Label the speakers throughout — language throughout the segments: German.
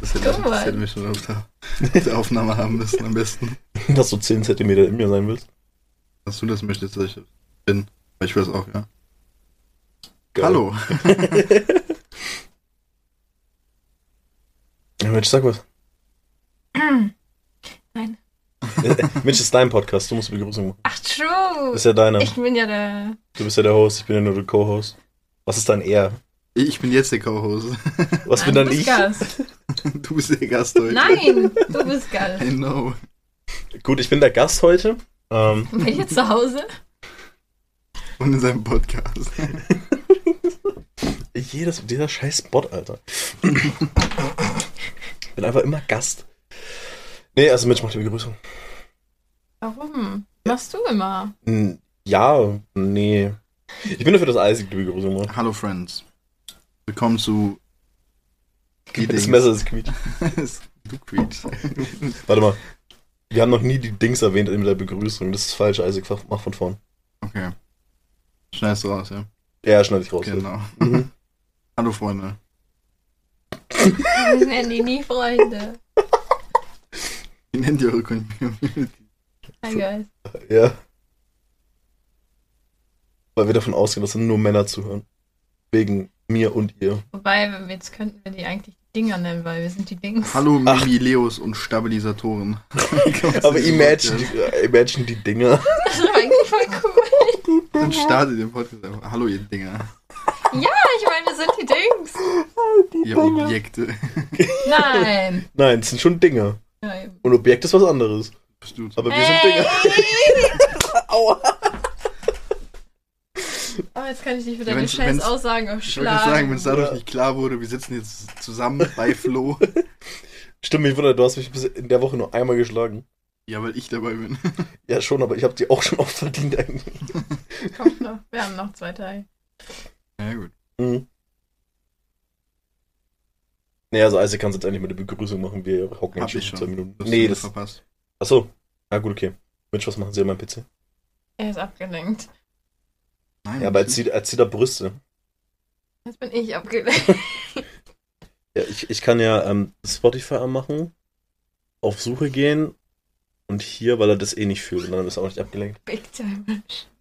Speaker 1: Das hätte,
Speaker 2: Guck mal.
Speaker 1: das hätte mich schon auf der, auf der Aufnahme haben müssen, am besten.
Speaker 3: Dass du 10 cm in mir sein willst.
Speaker 1: Dass du das möchtest, dass ich bin. Weil Ich will es auch, ja.
Speaker 3: Geil.
Speaker 1: Hallo.
Speaker 3: Ja, Mensch, sag was.
Speaker 2: Nein.
Speaker 3: Äh, Mensch, ist dein Podcast, du musst Begrüßung machen.
Speaker 2: Ach, true.
Speaker 3: Ist ja deiner.
Speaker 2: Ich bin ja der.
Speaker 3: Du bist ja der Host, ich bin ja nur der Co-Host. Was ist dann er?
Speaker 1: Ich bin jetzt der Co-Host.
Speaker 3: Was bin
Speaker 2: Nein,
Speaker 3: dann
Speaker 2: du bist
Speaker 3: ich?
Speaker 2: Gast.
Speaker 1: Du bist der Gast heute.
Speaker 2: Nein, du bist Gast.
Speaker 1: I know.
Speaker 3: Gut, ich bin der Gast heute. Ähm,
Speaker 2: Bin ich jetzt zu Hause?
Speaker 1: Und in seinem Podcast.
Speaker 3: jedes, dieser scheiß Bot, Alter. bin einfach immer Gast. Nee, also Mensch, mach die Begrüßung.
Speaker 2: Warum? Machst du immer?
Speaker 3: Hm, Ja, nee. Ich bin dafür, dass Isaac die Begrüßung macht.
Speaker 1: Hallo, Friends. Willkommen zu. Die
Speaker 3: Das
Speaker 1: Dings.
Speaker 3: Messer ist quiet.
Speaker 1: du Creed.
Speaker 3: Warte mal. Wir haben noch nie die Dings erwähnt in der Begrüßung. Das ist falsch, Isaac. Mach- Mach von vorn.
Speaker 1: Okay. Schneidest du raus, ja?
Speaker 3: Ja, schneid dich raus.
Speaker 1: Genau.
Speaker 3: Mhm.
Speaker 1: Hallo, Freunde.
Speaker 2: Wir nennen die nie Freunde.
Speaker 1: Wie nennt ihr eure Community?
Speaker 2: Hi, guys.
Speaker 3: Ja. Weil wir davon ausgehen, dass dann nur Männer zuhören. Wegen mir und ihr.
Speaker 2: Wobei, wenn wir- jetzt könnten wir die eigentlich Dinger nennen, weil wir sind die Dings.
Speaker 1: Hallo,
Speaker 3: Ach.
Speaker 1: Mimileos und Stabilisatoren.
Speaker 3: Aber imagine, die- äh, imagine die Dinger.
Speaker 2: Das ist eigentlich voll cool.
Speaker 1: Dann startet den Podcast einfach. Hallo, ihr Dinger.
Speaker 2: Ich meine, wir sind die Dings.
Speaker 1: Ihr Objekte.
Speaker 2: Nein.
Speaker 3: Nein, es sind schon Dinger.
Speaker 2: Nein.
Speaker 3: Und Objekt ist was anderes.
Speaker 1: Bist du
Speaker 3: Aber wir sind Dinger.
Speaker 2: Hey!
Speaker 3: Aua.
Speaker 2: Oh, jetzt kann ich dich wieder
Speaker 1: Wenn-
Speaker 2: deine scheiß
Speaker 1: wenn's-
Speaker 2: Aussagen
Speaker 1: Ich wollte gerade sagen, wenn
Speaker 2: aufschlagen.
Speaker 1: es dadurch
Speaker 3: Ja.
Speaker 1: nicht klar wurde, wir sitzen jetzt zusammen bei Flo.
Speaker 3: Stimmt, mich wundert, du hast mich bis in der Woche nur einmal geschlagen.
Speaker 1: ja, weil ich dabei bin.
Speaker 3: Ja, schon, aber ich habe die auch schon oft verdient eigentlich.
Speaker 2: Kommt noch. Wir haben noch zwei Tage.
Speaker 1: Ja, gut.
Speaker 3: Mhm. Naja, also Isaac kannst jetzt endlich mal die Begrüßung machen. Wir hocken
Speaker 1: Hab
Speaker 3: jetzt schon
Speaker 1: ich schon.
Speaker 3: zwei Minuten.
Speaker 1: Das
Speaker 3: nee,
Speaker 1: nee, das
Speaker 3: das.
Speaker 1: verpasst.
Speaker 3: Achso. Na gut, okay. Mensch, was machen Sie an meinem PC?
Speaker 2: Er ist abgelenkt.
Speaker 1: Nein,
Speaker 3: Ja, aber er
Speaker 1: das-
Speaker 3: zieht, er zieht da Brüste.
Speaker 2: Jetzt bin ich abgelenkt.
Speaker 3: Ja, ich, ich kann ja ähm, Spotify anmachen, auf Suche gehen und hier, weil er das eh nicht fühlt und dann ist er auch nicht abgelenkt.
Speaker 2: Big Time.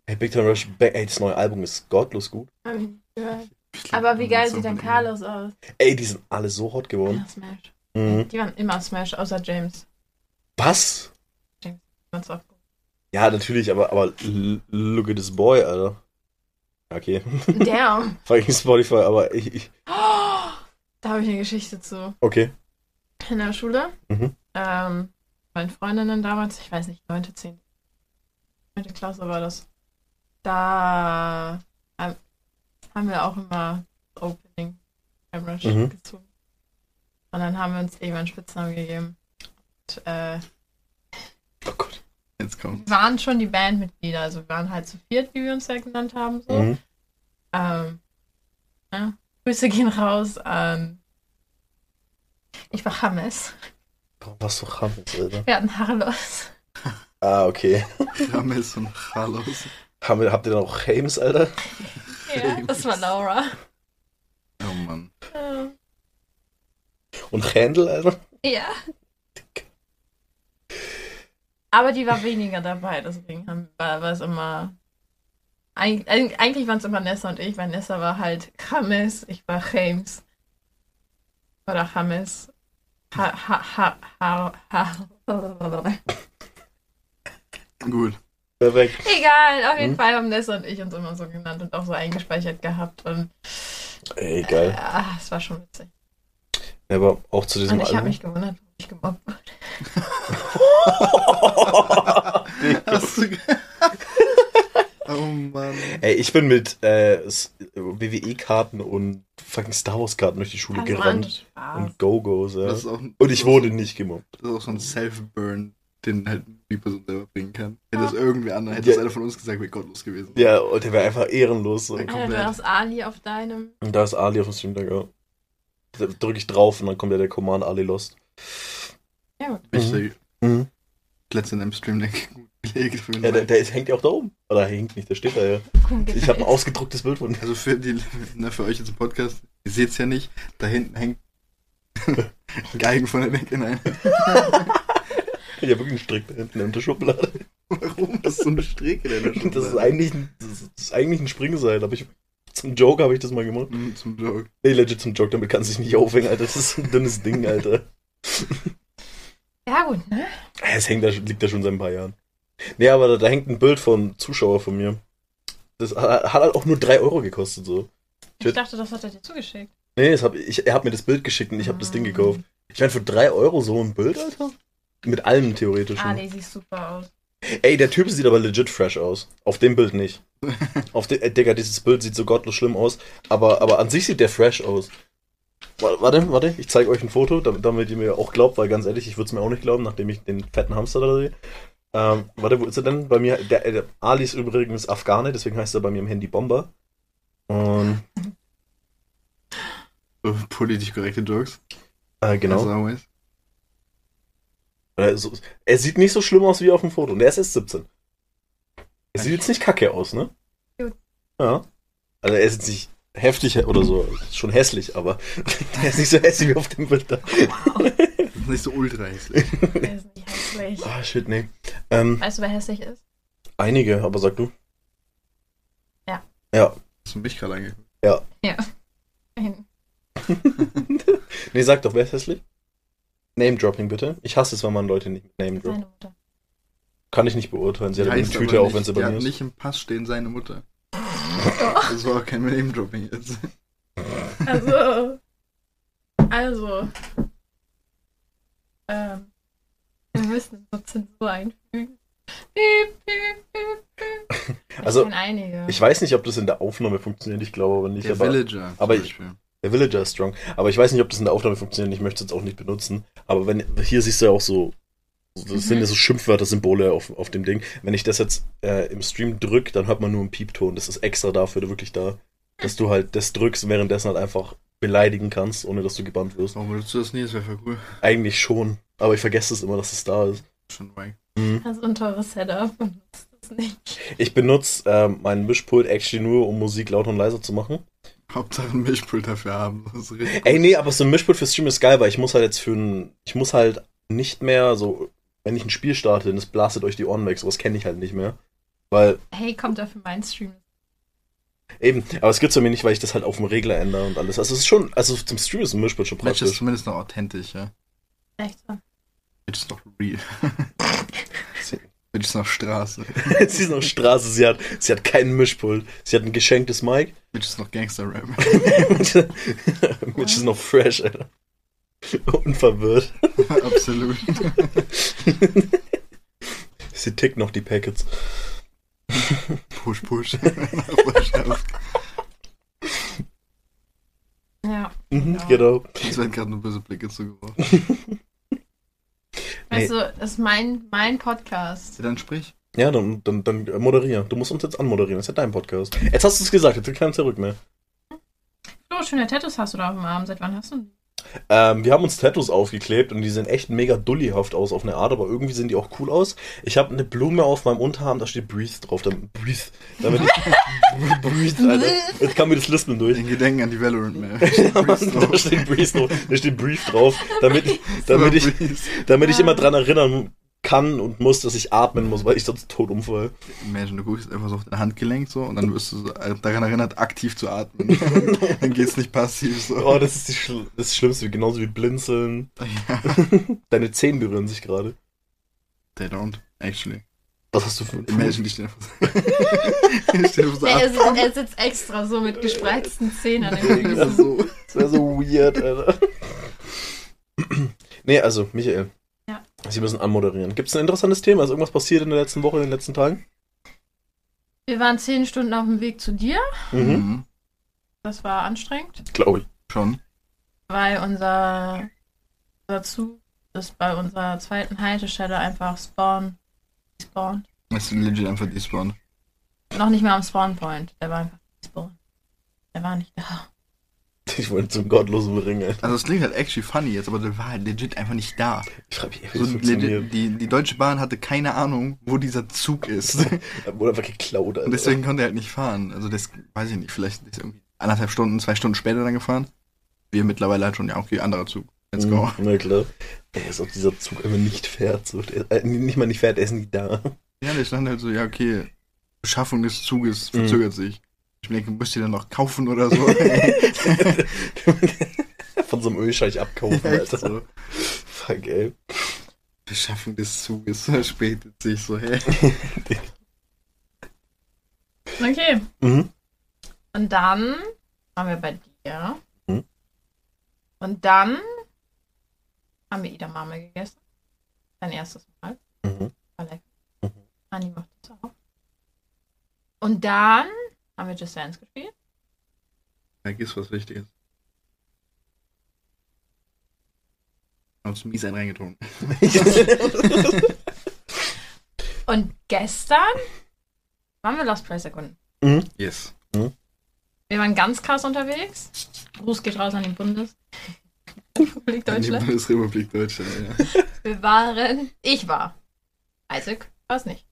Speaker 3: Hey, Big Time Rush, ba- ey, das neue Album ist gottlos gut.
Speaker 2: Hab ich nicht gehört.
Speaker 1: Ich glaub,
Speaker 2: Aber wie
Speaker 1: wir haben
Speaker 2: geil
Speaker 1: uns
Speaker 2: sieht
Speaker 1: auch
Speaker 2: dann
Speaker 1: mit-
Speaker 2: Carlos aus?
Speaker 3: Ey, die sind alle so hot geworden.
Speaker 2: Ja, Smash.
Speaker 3: Mhm.
Speaker 2: Die waren immer Smash, außer James.
Speaker 3: Was?
Speaker 2: Ganz oft.
Speaker 3: Ja, natürlich, aber, aber l- look at this boy, Alter. Okay,
Speaker 2: Damn.
Speaker 3: fucking Spotify, aber ich, ich,
Speaker 2: Oh, da habe ich eine Geschichte zu.
Speaker 3: okay.
Speaker 2: In der Schule.
Speaker 3: Mhm.
Speaker 2: Ähm, meine Freundinnen damals, ich weiß nicht, 9., 10. Mit Klasse war das. Da ähm, haben wir auch immer das Opening Average
Speaker 3: Mhm.
Speaker 2: gezogen. Und dann haben wir uns irgendwann einen Spitznamen gegeben. Und, äh,
Speaker 3: Oh Gott.
Speaker 1: Jetzt kommt.
Speaker 2: wir waren schon die Bandmitglieder, also wir waren halt zu viert, wie wir uns ja genannt haben. So.
Speaker 3: Mhm.
Speaker 2: Ähm, ja. Grüße gehen raus an. Ich war Hammes.
Speaker 3: Warum warst du Hamels, Alter?
Speaker 2: Wir hatten Haare los.
Speaker 3: Ah, okay.
Speaker 1: Rames und Carlos.
Speaker 3: Haben wir, habt ihr dann auch Hames, Alter?
Speaker 2: Ja, das war Laura.
Speaker 1: Oh Mann.
Speaker 2: Ähm,
Speaker 3: Und Handel, Alter?
Speaker 2: Ja. Aber die war weniger dabei, deswegen haben, war, war es immer. Eig eig- eigentlich waren es immer Nessa und ich, weil Nessa war halt James, ich war James. Oder James. Ha, ha, ha, ha, ha.
Speaker 1: Gut.
Speaker 3: Perfekt.
Speaker 2: Egal, auf jeden
Speaker 3: Hm?
Speaker 2: Fall haben Nessa und ich uns immer so genannt und auch so eingespeichert gehabt. Und
Speaker 3: Ey, geil.
Speaker 2: ah, es war schon witzig.
Speaker 3: Ja, aber auch zu diesem
Speaker 2: Und ich habe
Speaker 3: Album.
Speaker 2: mich gewundert, warum ich gemobbt wurde.
Speaker 1: Hast du ge- oh Mann.
Speaker 3: Ey, ich bin mit äh, S- WWE-Karten und fucking Star Wars-Karten durch die Schule
Speaker 2: Also
Speaker 3: gerannt.
Speaker 2: ein Spaß.
Speaker 3: Und Go-Gos, ja.
Speaker 1: Das ist auch,
Speaker 3: Und ich wurde nicht gemobbt.
Speaker 1: Das ist auch so ein Self-Burn, den halt die Person selber bringen kann. Hätte das irgendwer anderer, hätte
Speaker 3: Ja.
Speaker 1: das einer von uns gesagt, wäre gottlos gewesen.
Speaker 3: Ja, und der war einfach ehrenlos. So.
Speaker 1: Ja.
Speaker 3: Und
Speaker 2: Alter, du
Speaker 1: komplett.
Speaker 2: hast Ali auf deinem.
Speaker 3: da ist Ali auf dem Stream Deck, ja. Da drücke ich drauf und dann kommt ja der Command Ali Lost.
Speaker 1: Wichtig.
Speaker 3: Mhm.
Speaker 1: Letzte in einem Stream Deck gut gelegt. Für den
Speaker 3: Ja, der,
Speaker 1: Vibe.
Speaker 3: der ist- hängt ja auch da oben. Oder hängt nicht, der steht da ja. Ich habe ein ausgedrucktes Bild von
Speaker 1: also für die, na, für euch jetzt im Podcast, ihr seht es ja nicht, da hinten hängt Geigen von der Decke, nein.
Speaker 3: Ich habe wirklich einen Strick da hinten in der Schublade.
Speaker 1: Warum? Das ist so eine Strecke in der
Speaker 3: Das ist
Speaker 1: Schublade.
Speaker 3: eigentlich ein, das ist eigentlich ein Springseil, aber ich, zum Joke habe ich das mal gemacht.
Speaker 1: Hm, Zum Joke.
Speaker 3: Nee, legit zum Joke, damit kannst du dich nicht aufhängen, Alter. Das ist ein dünnes Ding, Alter.
Speaker 2: Ja, gut, ne?
Speaker 3: Äh, Es hängt da, liegt da schon seit ein paar Jahren. Nee, aber da, da hängt ein Bild von Zuschauer von mir. Das hat hat halt auch nur 3 Euro gekostet, so.
Speaker 2: Ich dachte, das hat er dir zugeschickt.
Speaker 3: Nee, das hab, ich, er hat mir das Bild geschickt und ich habe das Ding gekauft. Ich meine, für 3 Euro so ein Bild, Alter? Mit allem theoretisch.
Speaker 2: Ah, nee, sieht super aus.
Speaker 3: Ey, der Typ sieht aber legit fresh aus. Auf dem Bild nicht. Auf dem, äh, Digga, dieses Bild sieht so gottlos schlimm aus. Aber, aber an sich sieht der fresh aus. Wa- Warte, warte, ich zeige euch ein Foto, damit, damit ihr mir auch glaubt, weil ganz ehrlich, ich würde es mir auch nicht glauben, nachdem ich den fetten Hamster da sehe. Ähm, warte, wo ist er denn? Bei mir, der, der Ali ist übrigens Afghane, deswegen heißt er bei mir im Handy Bomber. Und,
Speaker 1: So Politisch korrekte Jokes.
Speaker 3: äh,
Speaker 1: As
Speaker 3: genau.
Speaker 1: always.
Speaker 3: Äh, so- er sieht nicht so schlimm aus wie auf dem Foto und er ist erst 17. Er sieht jetzt nicht kacke aus, ne?
Speaker 2: Gut.
Speaker 3: Ja. Also er ist jetzt nicht heftig oder so, ist schon hässlich, aber er ist nicht so hässlich wie auf dem Bild da.
Speaker 1: Das ist nicht so ultra hässlich.
Speaker 2: Der ist nicht hässlich.
Speaker 3: Ah, shit, nee. Ähm,
Speaker 2: Weißt du, wer hässlich ist?
Speaker 3: einige, aber sag du.
Speaker 2: Ja.
Speaker 3: Ja,
Speaker 1: Hast du mich gerade angeguckt?
Speaker 2: Nein.
Speaker 3: nee, sag doch, wer ist hässlich? Name-Dropping bitte. Ich hasse es, wenn man Leute nicht name droppt.
Speaker 2: Seine Mutter.
Speaker 3: Kann ich nicht beurteilen. Sie hat eine
Speaker 1: Heißt aber
Speaker 3: Tüte, auch
Speaker 1: nicht-
Speaker 3: wenn sie
Speaker 1: die
Speaker 3: bei
Speaker 1: hat
Speaker 3: mir ist.
Speaker 1: nicht im Pass stehen seine Mutter.
Speaker 2: Doch.
Speaker 1: Das war auch kein Name-Dropping jetzt.
Speaker 2: Also. Also. Ähm. Wir müssen so Zensur einfügen. Piep, piep, piep, piep.
Speaker 3: Also,
Speaker 2: ich kenn einige.
Speaker 3: Ich weiß nicht, ob das in der Aufnahme funktioniert, ich glaube aber nicht.
Speaker 1: Der
Speaker 3: aber
Speaker 1: Villager.
Speaker 3: aber ich-
Speaker 1: ich.
Speaker 3: Der Villager ist strong. Aber ich weiß nicht, ob das in der Aufnahme funktioniert. Ich möchte es jetzt auch nicht benutzen. Aber wenn hier siehst du ja auch so, das sind ja so Schimpfwörter, Symbole auf, auf dem Ding. Wenn ich das jetzt äh, im Stream drück, dann hört man nur einen Piepton. Das ist extra dafür wirklich da, dass du halt das drückst, und währenddessen halt einfach beleidigen kannst, ohne dass du gebannt wirst.
Speaker 1: Warum benutzt du das nie? Das wäre voll cool.
Speaker 3: Eigentlich schon. Aber ich vergesse es immer, dass es da ist.
Speaker 1: Schon wack.
Speaker 3: Mhm.
Speaker 2: Das ist ein teures Setup. Das ist nicht.
Speaker 3: Ich benutze ähm, meinen Mischpult actually nur, um Musik lauter und leiser zu machen.
Speaker 1: Hauptsache ein Milchpult dafür haben. Das ist richtig.
Speaker 3: Ey, nee, aber so ein Mischpult für Stream ist geil, weil ich muss halt jetzt für ein, ich muss halt nicht mehr so, wenn ich ein Spiel starte, das blastet euch die Ohren weg, sowas kenne ich halt nicht mehr. Weil,
Speaker 2: Hey, kommt dafür mein Stream.
Speaker 3: eben, aber es gibt's bei mir nicht, weil ich das halt auf dem Regler ändere und alles. Also es ist schon, also zum Stream ist ein Mischpult schon
Speaker 1: Match ist
Speaker 3: praktisch.
Speaker 1: zumindest noch authentisch, ja.
Speaker 2: Echt so.
Speaker 1: Match ist noch real. Match ist noch Straße.
Speaker 3: sie ist auf Straße, sie hat, sie hat kein Mischpult, sie hat ein geschenktes Mic.
Speaker 1: Match ist noch Gangster-Rap.
Speaker 3: Mitch ist noch fresh, Alter. Und verwirrt.
Speaker 1: Absolut.
Speaker 3: Sie tickt noch die Packets.
Speaker 1: Push, push. Nachbarschaft.
Speaker 2: Ja.
Speaker 3: Mhm,
Speaker 2: Ja.
Speaker 3: genau.
Speaker 1: Uns werden gerade nur böse Blicke zugeworfen.
Speaker 2: Weißt du, das ist mein, mein Podcast.
Speaker 1: Ja, Dann sprich.
Speaker 3: Ja, dann, dann, dann moderier. Du musst uns jetzt anmoderieren. Das ist ja dein Podcast. Jetzt hast du es gesagt, jetzt kein Zurück mehr.
Speaker 2: Flo, schöne Tattoos hast du da auf dem Arm. Seit wann hast du die?
Speaker 3: Ähm, wir haben uns Tattoos aufgeklebt und die sehen echt mega dullihaft aus auf eine Art, aber irgendwie sehen die auch cool aus. Ich habe eine Blume auf meinem Unterarm, da steht Breathe drauf. Dann, breathe. Damit ich, breathe, Alter. Jetzt kam mir das Lispeln durch.
Speaker 1: Den Gedenken an die
Speaker 3: da
Speaker 1: Valorant-Match.
Speaker 3: steht Breathe drauf. Da steht Breathe drauf, damit, damit, ich, damit ich immer dran erinnern kann und muss, dass ich atmen muss, weil ich sonst tot umfall.
Speaker 1: Imagine, du guckst einfach so auf dein Handgelenk so und dann wirst du so äh, daran erinnert, aktiv zu atmen. dann geht's nicht passiv so.
Speaker 3: Oh, das ist die Schl das Schlimmste, genauso wie Blinzeln.
Speaker 1: Ja.
Speaker 3: Deine Zehen berühren sich gerade.
Speaker 1: They don't, actually.
Speaker 3: Was hast du für
Speaker 1: Imagine, die stehen einfach so. die stehen einfach so
Speaker 2: Er,
Speaker 1: ab.
Speaker 2: sitzt, er sitzt extra so mit gespreizten Zähnen an dem
Speaker 3: Digga.
Speaker 1: Einfach
Speaker 2: Kissen.
Speaker 1: so.
Speaker 3: Das wäre so weird, Alter. nee, also, Michael.
Speaker 2: Ja.
Speaker 3: Sie müssen anmoderieren. Gibt es ein interessantes Thema? Ist irgendwas passiert in der letzten Woche, in den letzten Tagen?
Speaker 2: Wir waren zehn Stunden auf dem Weg zu dir.
Speaker 3: Mhm.
Speaker 1: Mhm.
Speaker 2: Das war anstrengend,
Speaker 3: Glaube ich.
Speaker 1: Schon.
Speaker 2: weil unser, unser Zug ist bei unserer zweiten Haltestelle einfach spawn. Spawn.
Speaker 1: Das ist legit einfach despawned.
Speaker 2: Noch nicht mal am Spawnpoint. Der war einfach spawn. Der war nicht da.
Speaker 3: Ich wollte zum gottlosen Ring, Alter.
Speaker 1: Also es klingt halt actually funny jetzt, aber der war halt legit einfach nicht da.
Speaker 3: Ich frage mich, ey, wie
Speaker 1: So
Speaker 3: das
Speaker 1: legit,
Speaker 3: funktioniert.
Speaker 1: die, die Deutsche Bahn hatte keine Ahnung, wo dieser Zug ist.
Speaker 3: Wurde einfach geklaut, Alter.
Speaker 1: Und deswegen konnte er halt nicht fahren. Also das weiß ich nicht, vielleicht ist irgendwie anderthalb Stunden, zwei Stunden später dann gefahren. Wir mittlerweile halt schon, ja, okay, anderer Zug. Let's go.
Speaker 3: Mhm. Na klar. Ey, als ob dieser Zug einfach nicht fährt. So. Der, äh, nicht mal nicht fährt, er ist nicht da.
Speaker 1: Ja, der stand halt so, ja, okay, Beschaffung des Zuges verzögert sich. Ich denke, müsst ihr dann noch kaufen oder so.
Speaker 3: Von so einem Ölscheich abkaufen,
Speaker 1: Echt
Speaker 3: Alter.
Speaker 1: so.
Speaker 3: Fuck, ey.
Speaker 1: Beschaffung des Zuges verspätet sich so, hä?
Speaker 2: Okay.
Speaker 3: Mhm.
Speaker 2: Und dann waren wir bei dir.
Speaker 3: Mhm.
Speaker 2: Und dann haben wir Edamame gegessen. Dein erstes Mal.
Speaker 3: Mhm.
Speaker 2: War lecker.
Speaker 3: Mhm.
Speaker 2: Anni mochte es auch. Und dann haben wir Just Dance gespielt.
Speaker 1: Vergiss was Wichtiges. Haben uns mies einen reingetrunken.
Speaker 2: Und gestern waren wir Lost Press Sekunden.
Speaker 1: Yes.
Speaker 2: Wir waren ganz krass unterwegs. Gruß geht raus an den Bundes. Republik
Speaker 1: An die
Speaker 2: Deutschland.
Speaker 1: Bundesrepublik Deutschland, ja.
Speaker 2: Wir waren. Ich war. Isaac war es nicht.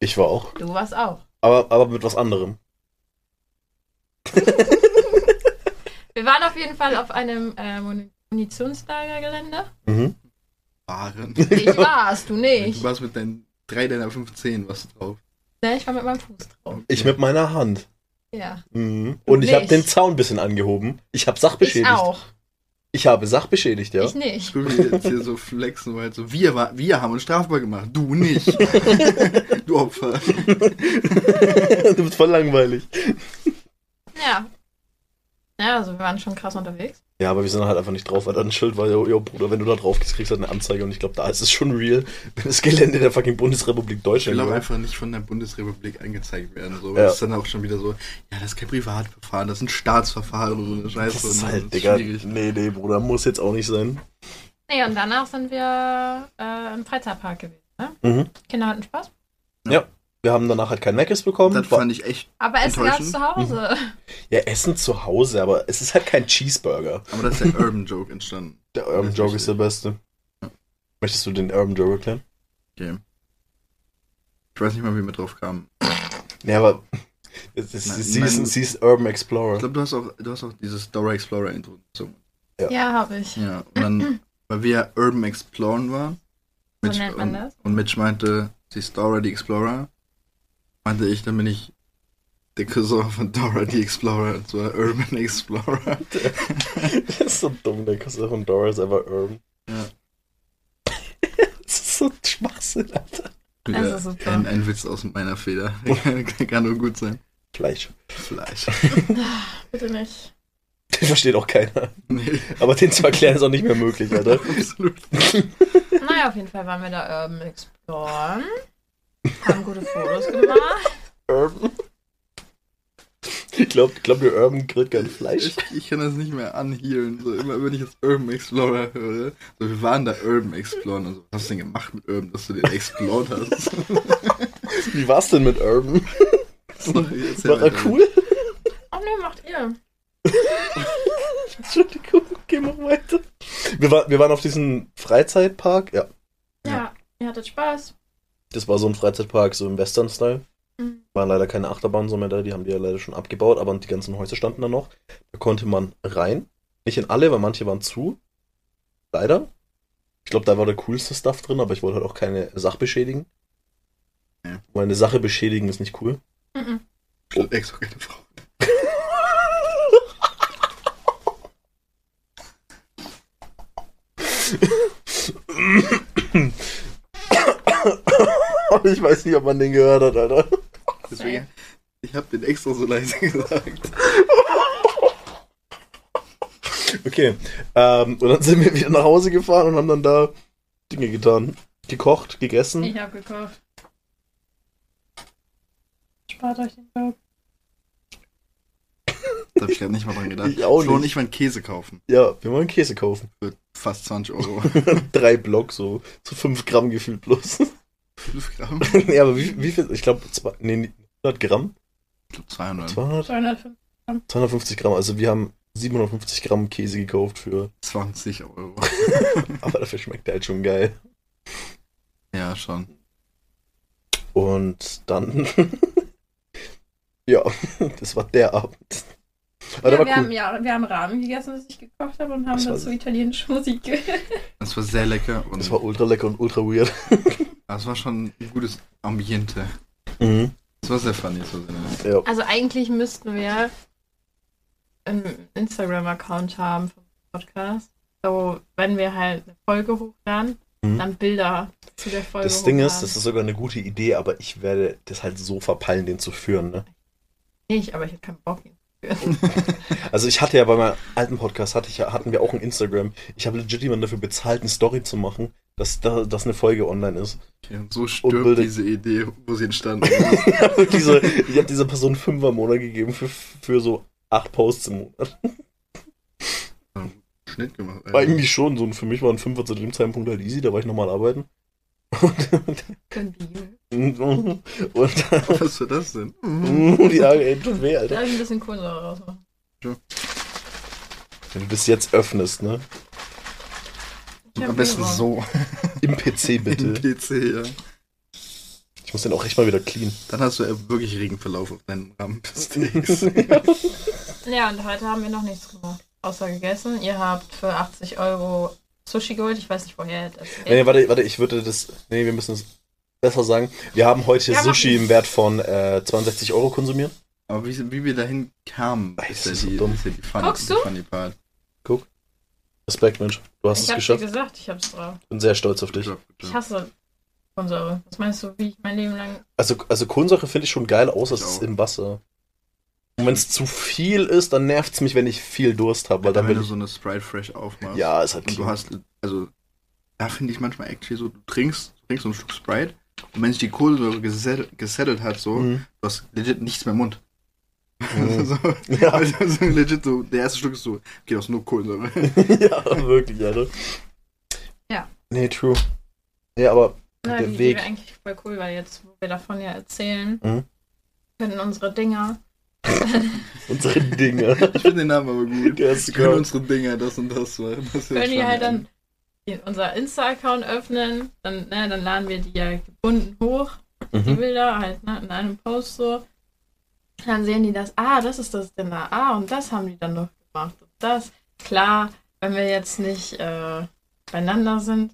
Speaker 3: Ich war auch.
Speaker 2: Du warst auch.
Speaker 3: Aber, aber mit was anderem.
Speaker 2: Wir waren auf jeden Fall auf einem äh, Muni- Munitionslagergelände.
Speaker 3: Mhm.
Speaker 1: Waren.
Speaker 2: Ich war's, du
Speaker 1: Du
Speaker 2: nicht.
Speaker 1: warst mit deinen drei deiner fünf Zehen was drauf.
Speaker 2: Ne, ich war mit meinem Fuß drauf.
Speaker 3: Ich mit meiner Hand.
Speaker 2: Ja.
Speaker 3: Mhm. Und ich
Speaker 2: Nicht.
Speaker 3: habe den Zaun ein bisschen angehoben. Ich habe
Speaker 2: Ich
Speaker 3: Sachbeschädigt.
Speaker 2: auch.
Speaker 3: Ich habe Sachbeschädigt, ja.
Speaker 2: Ich nicht.
Speaker 1: Du willst jetzt hier so flexen, weil so, wir, war, wir haben uns strafbar gemacht, du nicht. du Opfer.
Speaker 3: du bist voll langweilig.
Speaker 2: Ja. Ja, also wir waren schon krass unterwegs.
Speaker 3: Ja, aber wir sind halt einfach nicht drauf, weil da ein Schild war, yo, yo, Bruder, wenn du da drauf gehst, kriegst du halt eine Anzeige und ich glaube, da ist es schon real, wenn das Gelände der fucking Bundesrepublik
Speaker 1: Ich
Speaker 3: Deutschland
Speaker 1: will auch
Speaker 3: gehört.
Speaker 1: einfach nicht von der Bundesrepublik angezeigt werden. So.
Speaker 3: Ja.
Speaker 1: Ja. Das ist dann auch schon wieder so, ja, das ist kein Privatverfahren, das ist ein Staatsverfahren und so eine Scheiße.
Speaker 3: Das
Speaker 1: und
Speaker 3: ist
Speaker 1: dann
Speaker 3: halt,
Speaker 1: ist es
Speaker 3: Digga,
Speaker 1: schwierig.
Speaker 3: nee, nee, Bruder, muss jetzt auch nicht sein.
Speaker 2: Nee, und danach sind wir äh, im Freizeitpark gewesen. Ne?
Speaker 3: Mhm.
Speaker 2: Kinder hatten Spaß.
Speaker 3: Wir haben danach halt kein Meckes bekommen.
Speaker 1: Das
Speaker 3: War-
Speaker 1: fand ich echt,
Speaker 2: Aber Essen gab's
Speaker 1: Enttäuschend.
Speaker 2: zu Hause.
Speaker 3: ja, Essen zu Hause, aber es ist halt kein Cheeseburger.
Speaker 1: aber das ist der Urban Joke entstanden.
Speaker 3: Der Urban
Speaker 1: Weiß
Speaker 3: Joke
Speaker 1: nicht.
Speaker 3: ist der beste. Möchtest du den Urban Joke erklären?
Speaker 1: Okay. Ich weiß nicht mal, wie wir drauf kamen.
Speaker 3: Nee, aber es ist,
Speaker 1: Nein,
Speaker 3: sie, ist,
Speaker 1: nein.
Speaker 3: sie ist Urban
Speaker 1: Ich
Speaker 3: Explorer.
Speaker 1: glaube, du hast auch, du hast auch dieses Dora Explorer Intro gezogen.
Speaker 3: Ja.
Speaker 2: Mhm. Ja, hab habe ich.
Speaker 1: Ja, und dann, weil wir ja Urban Exploren waren.
Speaker 2: So nennt man das.
Speaker 1: Und, und Mitch meinte, sie ist Dora the Explorer. Meinte ich, dann bin ich der Cousin von Dora the Explorer, und zwar Urban Explorer.
Speaker 3: Das ist so dumm, der Cousin von Dora ist einfach Urban.
Speaker 1: Ja.
Speaker 3: Das ist so ein Schwachsinn, Alter.
Speaker 2: Das
Speaker 1: Wieder
Speaker 2: ist Also super.
Speaker 1: ein, ein Witz aus meiner Feder. kann, kann nur gut sein.
Speaker 3: Fleisch.
Speaker 1: Vielleicht.
Speaker 2: Bitte nicht.
Speaker 3: Den versteht auch keiner.
Speaker 1: Nee,
Speaker 3: Aber den zu erklären ist auch nicht mehr möglich, Alter.
Speaker 1: absolut.
Speaker 2: Naja, auf jeden Fall waren wir da Urban Exploren. Haben gute Fotos gemacht.
Speaker 3: Urban. Ich glaube, glaub, der Urban grillt kein Fleisch.
Speaker 1: Ich, ich kann das nicht mehr anhielen. So immer, wenn ich jetzt Urban Explorer höre. So, wir waren da Urban Exploren. Also, was hast du denn gemacht mit Urban, dass du den explored hast?
Speaker 3: Wie war's denn mit Urban?
Speaker 1: Sorry, erzähl
Speaker 3: War er
Speaker 1: weiter.
Speaker 3: cool?
Speaker 2: Oh ne, macht ihr.
Speaker 3: Entschuldigung, geh mal weiter. Wir, war, wir waren auf diesem Freizeitpark. Ja,
Speaker 2: Ja, ihr hattet Spaß.
Speaker 3: das war so ein Freizeitpark, so im Western-Style.
Speaker 2: Mhm.
Speaker 3: Waren leider keine Achterbahn so mehr da, die haben die ja leider schon abgebaut, aber die ganzen Häuser standen da noch. Da konnte man rein. Nicht in alle, weil manche waren zu. Leider. Ich glaube, da war der coolste Stuff drin, aber ich wollte halt auch keine Sache beschädigen.
Speaker 1: Ja.
Speaker 3: Weil eine Sache beschädigen ist nicht cool.
Speaker 2: Mhm.
Speaker 1: Ich extra keine Oh, Frau.
Speaker 3: Ich weiß nicht, ob man den gehört hat, Alter.
Speaker 1: Deswegen, ich habe den extra so leise gesagt.
Speaker 3: Okay. Ähm, und dann sind wir wieder nach Hause gefahren und haben dann da Dinge getan. Gekocht, gegessen.
Speaker 2: Ich hab gekauft. Spart euch den Job.
Speaker 1: Da habe ich gerade nicht mal dran gedacht.
Speaker 3: Ich auch
Speaker 1: Flo und
Speaker 3: nicht.
Speaker 1: ich wollen Käse kaufen.
Speaker 3: Ja, wir wollen Käse kaufen.
Speaker 1: Für fast 20 Euro.
Speaker 3: Drei Block, so, so fünf Gramm gefühlt bloß.
Speaker 1: 5 Gramm?
Speaker 3: nee, aber wie, wie viel? Ich glaube, nee, nee, 100 Gramm?
Speaker 1: Ich glaub, 200.
Speaker 3: 200,
Speaker 2: 250.
Speaker 3: 250 Gramm. Also wir haben 750 Gramm Käse gekauft für.
Speaker 1: 20 Euro.
Speaker 3: Aber dafür schmeckt der halt schon geil.
Speaker 1: Ja, schon.
Speaker 3: Und dann. ja, das war der Abend. Aber
Speaker 2: ja,
Speaker 3: der
Speaker 2: wir,
Speaker 3: war
Speaker 2: haben,
Speaker 3: cool.
Speaker 2: ja, wir haben Rahmen gegessen, das ich gekocht habe, und haben
Speaker 3: Das war-
Speaker 2: dazu italienische Musik gehört.
Speaker 1: Das war sehr lecker und
Speaker 3: Das war ultra lecker und ultra weird.
Speaker 1: das war schon ein gutes Ambiente.
Speaker 3: Mhm.
Speaker 1: Das war sehr funny so sehr. nett.
Speaker 3: Ja.
Speaker 2: Also eigentlich müssten wir einen Instagram-Account haben vom Podcast. So, wenn wir halt eine Folge hochladen,
Speaker 3: Mhm.
Speaker 2: dann Bilder zu der Folge
Speaker 3: Das Ding ist,
Speaker 2: hochladen.
Speaker 3: das ist sogar eine gute Idee, aber ich werde das halt so verpeilen, den zu führen. Ne?
Speaker 2: nicht, aber ich habe keinen Bock. ihn zu führen.
Speaker 3: Also ich hatte ja bei meinem alten Podcast hatte ich, ja- hatten wir auch ein Instagram. Ich habe legit jemanden dafür bezahlt, eine Story zu machen, dass, da- dass eine Folge online ist.
Speaker 1: Okay, und so
Speaker 3: Und
Speaker 1: stirbt
Speaker 3: Bilder-
Speaker 1: diese Idee, wo sie entstanden ist.
Speaker 3: diese, ich habe dieser Person fünf am Monat gegeben für, für so acht Posts im Monat.
Speaker 1: Schnitt gemacht. Alter.
Speaker 3: Eigentlich schon, so und für mich waren Fünfer zu dem Zeitpunkt halt easy, da war ich nochmal arbeiten. Und,
Speaker 2: Für ein Video.
Speaker 3: und, und, und
Speaker 1: Was war das denn?
Speaker 3: ja, ey, tut weh, Alter.
Speaker 2: Da ich ein bisschen Kohlensäure rausmachen.
Speaker 3: Wenn du das jetzt öffnest, ne?
Speaker 2: Ich hab
Speaker 1: Am besten
Speaker 2: Hunger.
Speaker 1: so.
Speaker 3: Im PC
Speaker 1: Im
Speaker 3: bitte.
Speaker 1: PC, ja.
Speaker 3: Ich muss den auch echt mal wieder clean.
Speaker 1: Dann hast du ja wirklich Regenverlauf auf deinem Rahmen.
Speaker 2: Ja, und heute haben wir noch nichts gemacht. Außer gegessen. Ihr habt für 80 Euro Sushi geholt. Ich weiß nicht, woher ihr das
Speaker 3: Nee, warte, warte, ich würde das. Nee, wir müssen es besser sagen. Wir haben heute
Speaker 2: Ja, mach
Speaker 3: Sushi
Speaker 2: ich.
Speaker 3: im Wert von äh, 62 Euro konsumiert.
Speaker 1: Aber wie, wie wir dahin kamen,
Speaker 3: Ey,
Speaker 1: ist
Speaker 3: das
Speaker 1: ja
Speaker 3: ist so
Speaker 1: die,
Speaker 3: dumm.
Speaker 1: ist ja die Fun,
Speaker 2: Guckst
Speaker 1: die
Speaker 2: du?
Speaker 1: funny Part.
Speaker 3: Respekt, Mensch. Du hast
Speaker 2: Ich
Speaker 3: es
Speaker 2: hab's dir
Speaker 3: geschafft.
Speaker 2: gesagt, ich hab's drauf.
Speaker 3: Bin sehr stolz auf dich.
Speaker 1: Gut, gut,
Speaker 2: Ich
Speaker 1: gut.
Speaker 2: hasse Kohlensäure. Was meinst du, wie ich mein Leben lang.
Speaker 3: Also, also Kohlensäure finde ich schon geil, außer es
Speaker 1: Ich
Speaker 3: ist
Speaker 1: auch.
Speaker 3: im Wasser. Und wenn es zu viel ist, dann nervt es mich, wenn ich viel Durst habe, weil dann
Speaker 1: Wenn
Speaker 3: will
Speaker 1: du
Speaker 3: ich.
Speaker 1: so eine Sprite Fresh aufmachst.
Speaker 3: Ja, ist halt
Speaker 1: Und du
Speaker 3: clean.
Speaker 1: hast, also, da finde ich manchmal actually so, du trinkst, trinkst so ein Stück Sprite und wenn sich die Kohlensäure gesettelt, gesettelt hat, so,
Speaker 3: Mhm.
Speaker 1: du hast legit nichts mehr im Mund.
Speaker 3: Mhm.
Speaker 1: so,
Speaker 3: Ja.
Speaker 1: also, so legit so, der erste Stück ist so, okay, du hast nur Kohlensäure.
Speaker 3: ja, wirklich, Alter.
Speaker 2: Ja.
Speaker 3: Nee, true. Ja, aber
Speaker 2: Na,
Speaker 3: Der
Speaker 2: die
Speaker 3: Weg.
Speaker 2: wäre eigentlich voll cool, weil jetzt, wo wir davon ja erzählen,
Speaker 3: Mhm.
Speaker 2: können unsere Dinger.
Speaker 3: unsere Dinge.
Speaker 1: Ich finde den Namen aber gut.
Speaker 3: Der ist
Speaker 1: Wir können
Speaker 3: geil.
Speaker 1: unsere Dinger das und das machen. Das ist ja
Speaker 2: können die
Speaker 1: schon-
Speaker 2: halt dann die- unser Insta-Account öffnen, dann, ne, dann laden wir die ja gebunden hoch, die
Speaker 3: Mhm.
Speaker 2: Bilder halt ne, in einem Post so. Dann sehen die das, ah, das ist das Dinner, ah, und das haben die dann noch gemacht. Und das, klar, wenn wir jetzt nicht äh, beieinander sind,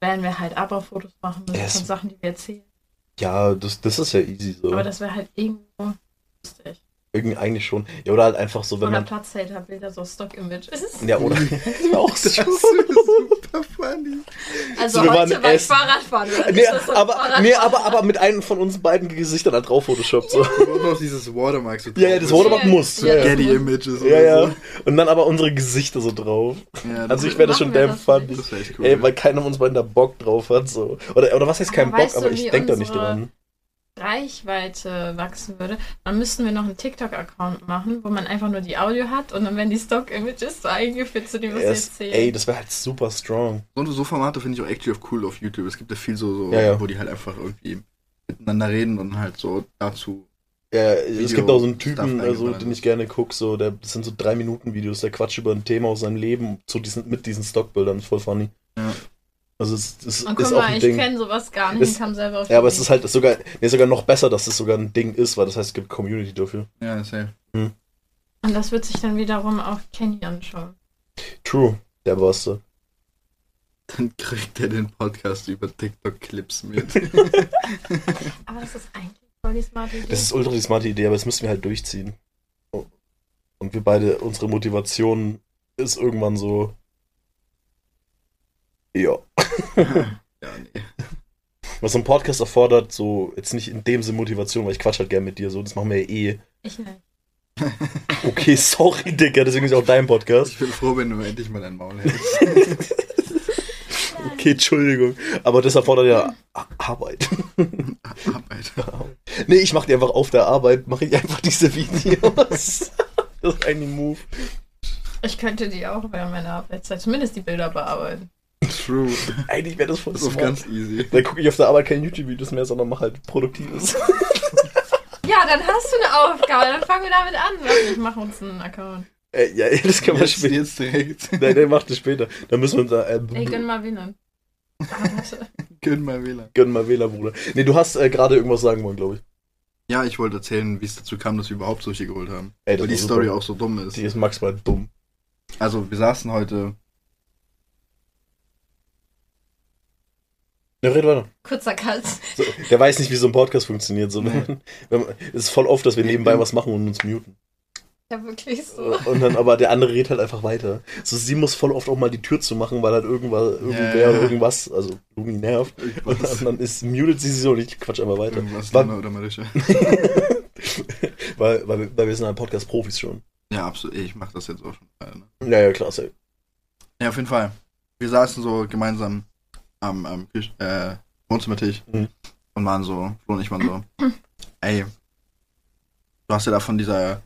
Speaker 2: werden wir halt Aber-Fotos machen müssen
Speaker 3: Es-
Speaker 2: von Sachen, die wir erzählen.
Speaker 3: Ja, das, das ist ja easy so.
Speaker 2: Aber das wäre halt irgendwo lustig.
Speaker 3: Irgendwie eigentlich schon. Ja, oder halt einfach so, wenn
Speaker 2: Oder
Speaker 3: man.
Speaker 2: Platzhater-Bilder, so Stock-Image.
Speaker 3: Ja, oder? das wäre auch
Speaker 1: Das ist super funny.
Speaker 2: Also
Speaker 3: wir waren
Speaker 2: heute war ich
Speaker 3: essen.
Speaker 2: Fahrradfahren. oder?
Speaker 3: Nee,
Speaker 2: Ist das so ein
Speaker 3: aber,
Speaker 2: Fahrradfahren?
Speaker 3: nee, aber, aber mit einem von uns beiden Gesichtern halt drauf Photoshop. So.
Speaker 1: Du brauchst auch dieses Watermark. So
Speaker 3: Ja, ja, das Watermark
Speaker 2: Ja,
Speaker 3: muss.
Speaker 2: ja,
Speaker 3: Ja, ja.
Speaker 2: das-
Speaker 1: Getty Images.
Speaker 3: ja,
Speaker 1: oder
Speaker 3: ja. Und dann aber unsere Gesichter so drauf.
Speaker 1: So. ja
Speaker 3: Also
Speaker 1: das-
Speaker 3: ich wäre das schon
Speaker 2: Machen wir
Speaker 3: damn
Speaker 2: das
Speaker 3: funny.
Speaker 2: nicht.
Speaker 1: Das wäre echt cool.
Speaker 3: Ey, weil keiner von uns beiden da Bock drauf hat. So. Oder, oder was heißt
Speaker 2: Aber
Speaker 3: kein Bock,
Speaker 2: weißt du,
Speaker 3: aber ich
Speaker 2: wie
Speaker 3: denke da nicht
Speaker 2: unsere-
Speaker 3: dran.
Speaker 2: Reichweite wachsen würde, dann müssten wir noch einen TikTok-Account machen, wo man einfach nur die Audio hat und dann werden die Stock-Images so eingeführt zu dem, was wir
Speaker 3: Es,
Speaker 2: erzählen.
Speaker 3: ey, das wäre halt super strong.
Speaker 1: So, so Formate finde ich auch actually auch cool auf YouTube. Es gibt ja viel so, so
Speaker 3: Ja, ja.
Speaker 1: wo die halt einfach irgendwie miteinander reden und halt so dazu.
Speaker 3: Ja, es
Speaker 1: Video-
Speaker 3: gibt auch so einen
Speaker 1: Stuff
Speaker 3: Typen,
Speaker 1: eingeblendet.
Speaker 3: also, den ich gerne gucke, so, der, das sind so drei Minuten Videos, der quatscht über ein Thema aus seinem Leben zu diesen, mit diesen Stockbildern, voll funny.
Speaker 1: Ja.
Speaker 3: Also es, es
Speaker 2: und
Speaker 3: ist
Speaker 2: guck
Speaker 3: auch
Speaker 2: mal,
Speaker 3: ein
Speaker 2: ich
Speaker 3: Ding.
Speaker 2: kenne sowas gar nicht,
Speaker 3: Ist-
Speaker 2: ich kam selber auf
Speaker 3: Ja, aber
Speaker 2: die
Speaker 3: es ist halt sogar, nee, sogar noch besser, dass es sogar ein Ding ist, weil das heißt, es gibt Community dafür.
Speaker 1: Ja, safe.
Speaker 2: Idee. Und das wird sich dann wiederum auch Kenny anschauen.
Speaker 3: True, der Bosse.
Speaker 1: Dann kriegt er den Podcast über TikTok-Clips mit.
Speaker 2: Aber das ist eigentlich voll die smarte Idee.
Speaker 3: Das ist ultra die smarte Idee, aber das müssen wir halt durchziehen. Und wir beide, unsere Motivation ist irgendwann so. Ja.
Speaker 1: ja, nee.
Speaker 3: Was so ein Podcast erfordert, so jetzt nicht in dem Sinne Motivation, weil ich quatsch halt gern mit dir, so, das machen wir ja eh.
Speaker 2: ich nicht.
Speaker 3: Okay, sorry, Digga, deswegen ist auch dein Podcast.
Speaker 1: Ich bin froh, wenn du endlich mal dein Maul hältst.
Speaker 3: Okay, Entschuldigung. Aber das erfordert ja Ar- Arbeit.
Speaker 1: Arbeit.
Speaker 3: Nee, ich mach die einfach auf der Arbeit, mache ich einfach diese Videos. Das ist ein Move.
Speaker 2: Ich könnte die auch während meiner Arbeitszeit, halt zumindest die Bilder bearbeiten.
Speaker 1: True.
Speaker 3: Eigentlich wäre das voll
Speaker 1: Das ist auf
Speaker 3: smart.
Speaker 1: ganz easy.
Speaker 3: Dann gucke ich auf der Arbeit keine YouTube-Videos mehr, sondern mache halt Produktives.
Speaker 2: Ja, dann hast du eine Aufgabe, dann fangen wir damit an. Warte, ich mache uns einen Account.
Speaker 3: äh, ja, ja, das können wir
Speaker 1: Jetzt,
Speaker 3: später.
Speaker 1: jetzt direkt.
Speaker 3: Nein, nein, macht das später. Dann müssen wir uns da. Äh,
Speaker 2: Ey, gönn
Speaker 3: b-
Speaker 2: mal Winnen. Ah, warte.
Speaker 1: Gönn mal WLAN.
Speaker 3: gönn mal Wähler, Bruder. Nee, du hast äh, gerade irgendwas sagen wollen, glaube ich.
Speaker 1: Ja, ich wollte erzählen, wie es dazu kam, dass wir überhaupt Sushi geholt haben.
Speaker 3: Ey,
Speaker 1: Weil
Speaker 3: das
Speaker 1: die
Speaker 3: war super.
Speaker 1: Story auch so dumm ist.
Speaker 3: Die ist maximal dumm.
Speaker 1: Also, wir saßen heute.
Speaker 3: Ne, red weiter.
Speaker 2: Kurzer Cut.
Speaker 3: So, der weiß nicht, wie so ein Podcast funktioniert. So,
Speaker 1: Nee.
Speaker 3: wenn, wenn, man- es ist voll oft, dass wir nebenbei was machen und uns muten.
Speaker 2: Ja, wirklich so.
Speaker 3: Äh, Und dann, aber der andere redet halt einfach weiter. So, sie muss voll oft auch mal die Tür zumachen, weil halt irgendwas, irgendwer
Speaker 1: ja.
Speaker 3: oder irgendwas, also Lumi nervt.
Speaker 1: Irgendwas,
Speaker 3: Und dann ist, mutet sie so und ich quatsch einfach weiter.
Speaker 1: irgendwas
Speaker 3: Wann-
Speaker 1: Lana oder Marisha.
Speaker 3: Weil, weil, wir- weil wir sind halt Podcast-Profis schon.
Speaker 1: Ja, absolut. Ich mach das jetzt auch schon. Äh, ne?
Speaker 3: Ja, ja, klar, safe.
Speaker 1: Ja, auf jeden Fall. Wir saßen so gemeinsam am, am Küch äh, Wohnzimmertisch
Speaker 3: Mhm.
Speaker 1: und waren so, Flo und ich waren so, ey, du hast ja da von dieser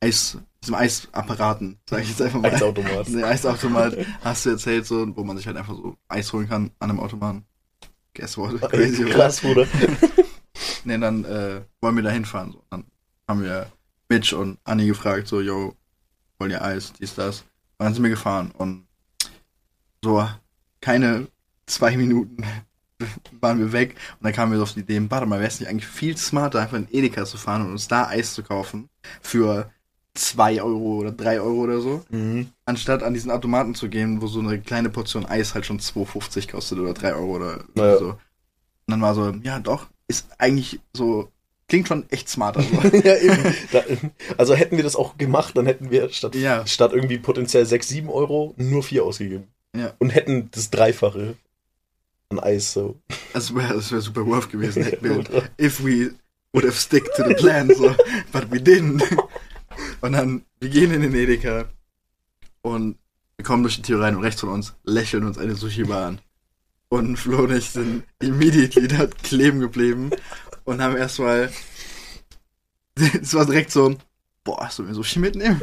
Speaker 1: Eis, diesem Eisapparaten, sag ich jetzt einfach mal.
Speaker 3: Eisautomat.
Speaker 1: Nee, Eisautomat hast du erzählt, so, wo man sich halt einfach so Eis holen kann an einem Automaten. Guess what? Crazy, oder?
Speaker 3: Oh, Äh, Krass, Bruder.
Speaker 1: Nee, dann äh, wollen wir da hinfahren. So. Dann haben wir Mitch und Anni gefragt, so, yo, wollt ihr Eis, dies, das. Und dann sind wir gefahren und so keine zwei Minuten waren wir weg und dann kamen wir so auf die Idee, warte mal, wäre es nicht eigentlich viel smarter, einfach in Edeka zu fahren und uns da Eis zu kaufen für 2 Euro oder 3 Euro oder so,
Speaker 3: Mhm.
Speaker 1: anstatt an diesen Automaten zu gehen, wo so eine kleine Portion Eis halt schon 2,50 kostet oder 3 Euro oder
Speaker 3: Naja.
Speaker 1: so. Und dann war so, ja doch, ist eigentlich so, klingt schon echt smarter. So.
Speaker 3: ja, eben. Da, also hätten wir das auch gemacht, dann hätten wir statt,
Speaker 1: Ja.
Speaker 3: statt irgendwie potenziell 6, 7 Euro nur 4 ausgegeben.
Speaker 1: Ja.
Speaker 3: Und hätten das Dreifache an Eis so.
Speaker 1: Das wäre das wär super worth gewesen, hätten wir, if we would have stick to the plan, so, but we didn't. Und dann, wir gehen in den Edeka und wir kommen durch die Tür rein und rechts von uns lächeln uns eine Sushi-Bar an. Und Flo und ich sind immediately dort kleben geblieben und haben erstmal, es war direkt so, boah, sollen wir Sushi mitnehmen?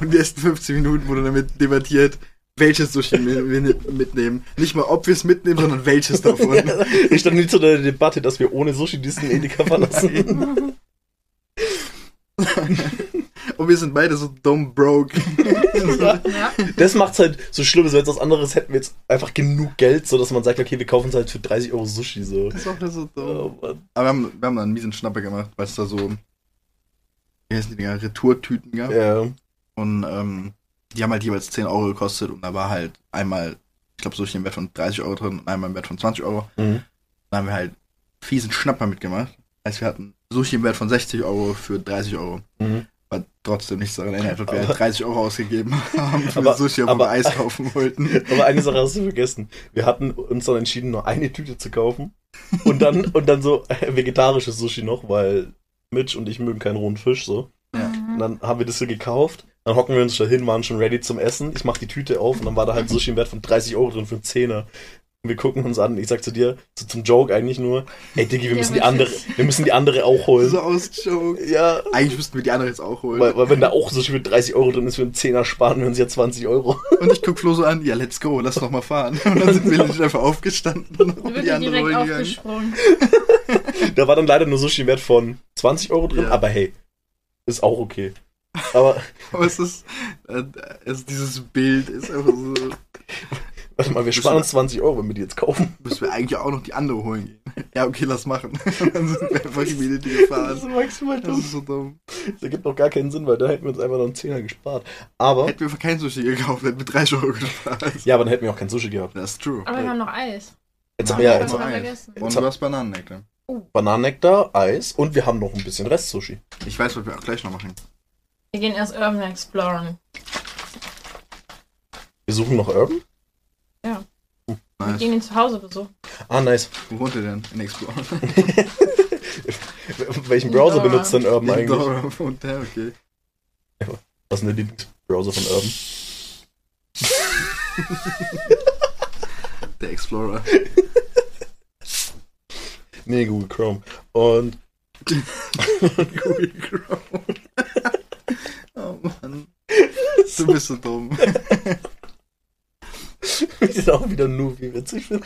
Speaker 1: und die ersten 15 Minuten wurde damit debattiert, welches Sushi wir wir mitnehmen. Nicht mal, ob wir es mitnehmen, sondern welches davon.
Speaker 3: Ich stand nie zu der Debatte, dass wir ohne Sushi diesen Edeka verlassen.
Speaker 1: Und wir sind beide so dumm broke.
Speaker 2: Ja.
Speaker 3: Das macht's halt so schlimm, so jetzt was anderes hätten wir jetzt einfach genug Geld, so dass man sagt, okay, wir kaufen uns halt für 30 Euro Sushi so.
Speaker 1: Das ist auch so dumm.
Speaker 3: Oh, Mann.
Speaker 1: Aber wir haben, wir haben da einen miesen Schnapper gemacht, weil es da so, wie heißen die Dinger, Retourtüten gab.
Speaker 3: Ja.
Speaker 1: Und ähm, die haben halt jeweils 10 Euro gekostet und da war halt einmal, ich glaube, so im Wert von 30 Euro drin und einmal im Wert von 20 Euro.
Speaker 3: Mhm.
Speaker 1: Da haben wir halt fiesen Schnapper mitgemacht. Heißt, wir hatten Sushi im Wert von 60 Euro für 30 Euro.
Speaker 3: Mhm.
Speaker 1: War trotzdem nichts daran erinnert, weil wir
Speaker 3: Aber-
Speaker 1: halt 30 Euro ausgegeben haben für
Speaker 3: Aber-
Speaker 1: Sushi, obwohl
Speaker 3: aber-
Speaker 1: wir Eis kaufen wollten.
Speaker 3: Aber eine Sache hast du vergessen. Wir hatten uns dann entschieden, nur eine Tüte zu kaufen. Und dann, und dann so äh, vegetarisches Sushi noch, weil Mitch und ich mögen keinen rohen Fisch so. Und dann haben wir das so gekauft. Dann hocken wir uns da hin, waren schon ready zum Essen. Ich mach die Tüte auf und dann war da halt Sushi im Wert von 30 Euro drin für einen Zehner. Und wir gucken uns an. Ich sag zu dir, so zum Joke eigentlich nur, ey Diggi, wir
Speaker 2: Ja,
Speaker 3: müssen die andere,
Speaker 2: wirklich.
Speaker 3: wir müssen die andere auch holen.
Speaker 1: So ausjoke.
Speaker 3: Ja,
Speaker 1: Eigentlich müssten wir die anderen jetzt auch holen.
Speaker 3: weil, weil wenn da auch Sushi mit 30 Euro drin ist für einen Zehner, sparen wir uns ja 20 Euro.
Speaker 1: Und ich guck Flo so an, ja, let's go, lass noch mal fahren. Und dann sind wir legit einfach aufgestanden und
Speaker 2: Du
Speaker 1: auf
Speaker 2: bist
Speaker 1: die andere
Speaker 2: direkt
Speaker 1: Rolle gegangen.
Speaker 2: aufgesprungen.
Speaker 3: Da war dann leider nur Sushi im Wert von 20 Euro drin,
Speaker 1: Ja.
Speaker 3: aber hey, ist auch okay. Aber,
Speaker 1: Aber es ist, äh, es, dieses Bild ist einfach so,
Speaker 3: warte mal, wir sparen uns 20 Euro, wenn wir die jetzt kaufen.
Speaker 1: müssen wir eigentlich auch noch die andere holen gehen. Ja, okay, lass machen. Und dann sind wir einfach immediately gefahren.
Speaker 3: maximal
Speaker 1: also Das ist so dumm.
Speaker 3: Das ergibt doch gar keinen Sinn, weil da hätten wir uns einfach noch einen Zehner gespart. Aber,
Speaker 1: Hätten wir kein Sushi gekauft, hätten wir 30 Euro gespart.
Speaker 3: ja, aber dann hätten wir auch kein Sushi gehabt.
Speaker 1: That's true.
Speaker 2: Aber wir haben noch Eis.
Speaker 3: Jetzt
Speaker 1: Nein,
Speaker 3: haben wir ja
Speaker 1: wir
Speaker 3: jetzt
Speaker 1: haben Eis.
Speaker 2: vergessen.
Speaker 1: Und du hast Bananennektar.
Speaker 3: Bananennektar, Eis und wir haben noch ein bisschen Rest-Sushi.
Speaker 1: Ich weiß, was wir auch gleich noch machen.
Speaker 2: Wir gehen erst Urban Exploring.
Speaker 3: Wir suchen noch Urban.
Speaker 2: Wir
Speaker 1: Nice.
Speaker 2: gehen ihn zu Hause besuchen.
Speaker 3: Ah, nice.
Speaker 1: Wo wohnt ihr denn? In Explore.
Speaker 3: Welchen Browser
Speaker 2: Dora.
Speaker 3: benutzt denn Urban
Speaker 1: In
Speaker 3: eigentlich?
Speaker 1: Dora wohnt der, okay.
Speaker 3: Was ist denn der Lieblingsbrowser von Urban?
Speaker 1: Der Explorer.
Speaker 3: Nee, Google Chrome. Und
Speaker 1: Google Chrome. oh Mann. Du bist so dumm.
Speaker 3: Das ist auch wieder nur, wie witzig finde.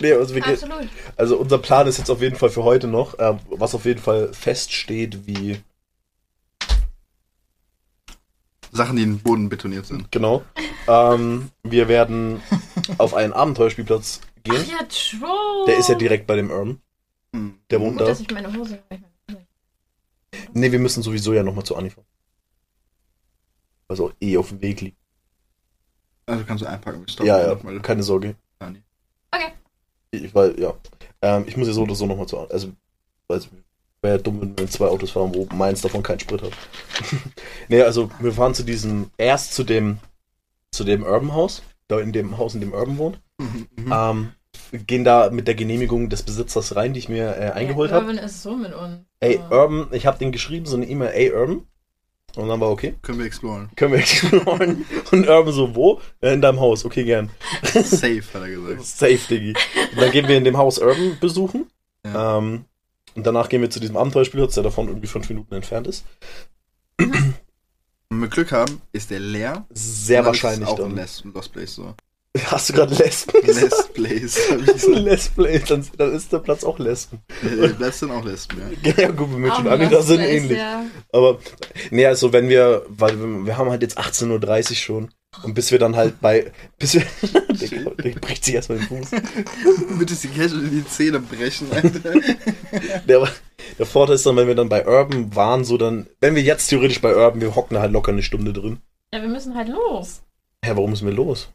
Speaker 3: Nee, also, wir gehen,
Speaker 2: Absolut.
Speaker 3: also unser Plan ist jetzt auf jeden Fall für heute noch, äh, was auf jeden Fall feststeht, wie
Speaker 1: Sachen, die in den Boden betoniert sind.
Speaker 3: genau. Ähm, wir werden auf einen Abenteuerspielplatz
Speaker 2: Ach
Speaker 3: gehen.
Speaker 2: ja, true.
Speaker 3: Der ist ja direkt bei dem Irm.
Speaker 1: Hm.
Speaker 3: Der wohnt
Speaker 2: Gut,
Speaker 3: da.
Speaker 2: dass ich meine Hose. Ich meine,
Speaker 3: Nee, wir müssen sowieso ja nochmal zu Anifa. Was auch eh auf dem Weg liegt.
Speaker 1: Also kannst du einpacken. Wir stoppen
Speaker 3: Ja, ja,
Speaker 1: nochmal.
Speaker 3: keine Sorge.
Speaker 2: Okay.
Speaker 3: Ich, weil, ja. Ähm, ich muss ja so oder so nochmal zu Anifa. Also, also wäre ja dumm, wenn wir in zwei Autos fahren, wo meins davon keinen Sprit hat. nee, also wir fahren zu diesem, erst zu dem, zu dem Urban House, da in dem Haus, in dem Urban wohnt.
Speaker 1: Mhm, mhm.
Speaker 3: Ähm, gehen da mit der Genehmigung des Besitzers rein, die ich mir äh, eingeholt
Speaker 2: ja,
Speaker 3: habe.
Speaker 2: Irwin ist so mit uns.
Speaker 3: Ey,
Speaker 2: Ja.
Speaker 3: Urban, ich habe den geschrieben, so eine E-Mail, ey, Urban. Und dann war okay,
Speaker 1: Können wir exploren.
Speaker 3: können wir exploren. Und Urban so, wo? "Ja, In deinem Haus, okay, gern.
Speaker 1: Safe, hat er gesagt.
Speaker 3: Safe, Diggi. Und dann gehen wir in dem Haus Urban besuchen.
Speaker 1: Ja.
Speaker 3: Ähm, und danach gehen wir zu diesem Abenteuerspielplatz, der davon irgendwie fünf Minuten entfernt ist.
Speaker 1: Wenn wir Glück haben, ist der leer.
Speaker 3: Sehr
Speaker 1: Und dann ist es
Speaker 3: wahrscheinlich
Speaker 1: Auch ein
Speaker 3: dann.
Speaker 1: Last, ein Lost Place so.
Speaker 3: Hast du gerade Lesben gesagt?
Speaker 1: Last Place, hab ich
Speaker 3: Das ist
Speaker 1: gesagt.
Speaker 3: ein Lesplay, dann, dann ist der Platz auch Lesben.
Speaker 1: Äh, Bleibst dann auch Lesben, ja.
Speaker 3: Ja, gut, wir Mädchen und
Speaker 2: Auch ein
Speaker 3: Anita sind
Speaker 2: Lost Place,
Speaker 3: ähnlich.
Speaker 2: Ja.
Speaker 3: Aber, nee, also wenn wir, weil wir, wir haben halt jetzt 18.30 Uhr schon. Und bis wir dann halt bei, bis wir, Digga, der bricht sich erstmal den Fuß.
Speaker 1: Bitte die Casual die Zähne brechen, Alter.
Speaker 3: Der, der Vorteil ist dann, wenn wir dann bei Urban waren, so dann, wenn wir jetzt theoretisch bei Urban, wir hocken da halt locker eine Stunde drin.
Speaker 2: ja, wir müssen halt los.
Speaker 3: Hä, warum müssen wir los?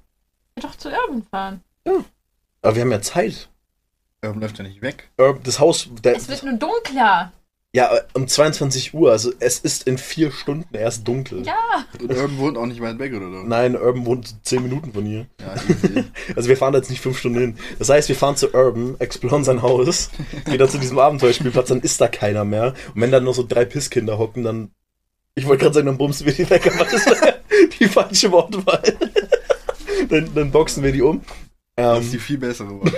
Speaker 2: Wir doch zu Irwin fahren.
Speaker 3: Aber wir haben ja Zeit.
Speaker 1: Warum läuft er nicht weg?
Speaker 3: Urban, das Haus, der,
Speaker 2: Es wird nur dunkler.
Speaker 3: ja, äh, um 22 Uhr, also es ist in vier Stunden erst dunkel.
Speaker 2: Ja.
Speaker 1: Und Urban wohnt auch nicht weit weg, oder? doch?
Speaker 3: Nein, Urban wohnt 10 Minuten von hier.
Speaker 1: Ja, easy.
Speaker 3: Also wir fahren da jetzt nicht fünf Stunden hin. Das heißt, wir fahren zu Urban, exploren sein Haus, gehen dann zu diesem Abenteuerspielplatz, dann ist da keiner mehr. Und wenn dann noch so drei Pisskinder hocken, dann. Ich wollte gerade sagen, dann bumsen wir die weg, aber das war die falsche Wortwahl. dann, dann boxen wir die um.
Speaker 1: Das ist die
Speaker 3: Ähm,
Speaker 1: viel bessere Wahl.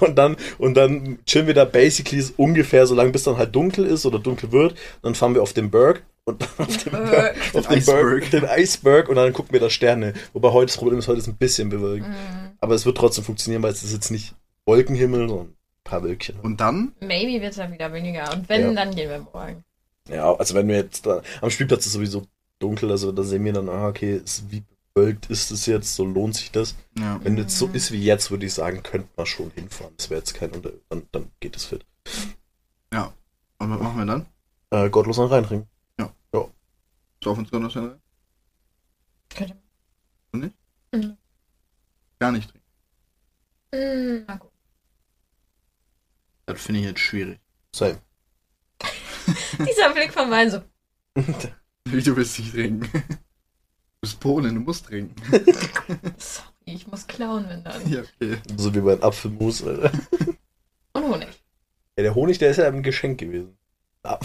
Speaker 3: und, dann, und dann chillen wir da basically so ungefähr so lange, bis dann halt dunkel ist oder dunkel wird. Dann fahren wir auf den Berg und auf den
Speaker 2: Äh,
Speaker 3: Berg. Auf den, Berg,
Speaker 1: Iceberg.
Speaker 3: den Iceberg und dann gucken wir da Sterne. Wobei heute das Problem ist, heute ist ein bisschen bewölkt.
Speaker 2: Mm,
Speaker 3: Aber es wird trotzdem funktionieren, weil es ist jetzt nicht Wolkenhimmel, sondern ein paar Wölkchen.
Speaker 1: Und dann?
Speaker 2: maybe wird es ja wieder weniger. Und wenn,
Speaker 3: Ja.
Speaker 2: dann gehen wir morgen.
Speaker 3: Ja, also wenn wir jetzt da, am Spielplatz ist sowieso dunkel, also da sehen wir dann, ah, okay, ist, wie bewölkt ist es jetzt, so lohnt sich das.
Speaker 1: Ja.
Speaker 3: Wenn es so ist wie jetzt, würde ich sagen, könnte man schon hinfahren. Das wäre jetzt kein Unter... Dann, dann geht es fit.
Speaker 1: Und was machen wir dann?
Speaker 3: Äh, gottlos an reinringen.
Speaker 1: So auf uns noch schnell?
Speaker 2: Könnte man.
Speaker 1: Gar nicht trinken.
Speaker 2: Mm, mal gucken.
Speaker 1: Das finde ich jetzt schwierig.
Speaker 3: Same.
Speaker 2: Dieser Blick von meinen so.
Speaker 1: Wie du willst nicht trinken. Du bist Polen, du musst trinken.
Speaker 2: Sorry, ich muss klauen, wenn dann.
Speaker 1: Ja, okay.
Speaker 3: so wie beim Apfelmus. Alter.
Speaker 2: Und Honig.
Speaker 3: Ja, der Honig, der ist ja ein Geschenk gewesen. Ah,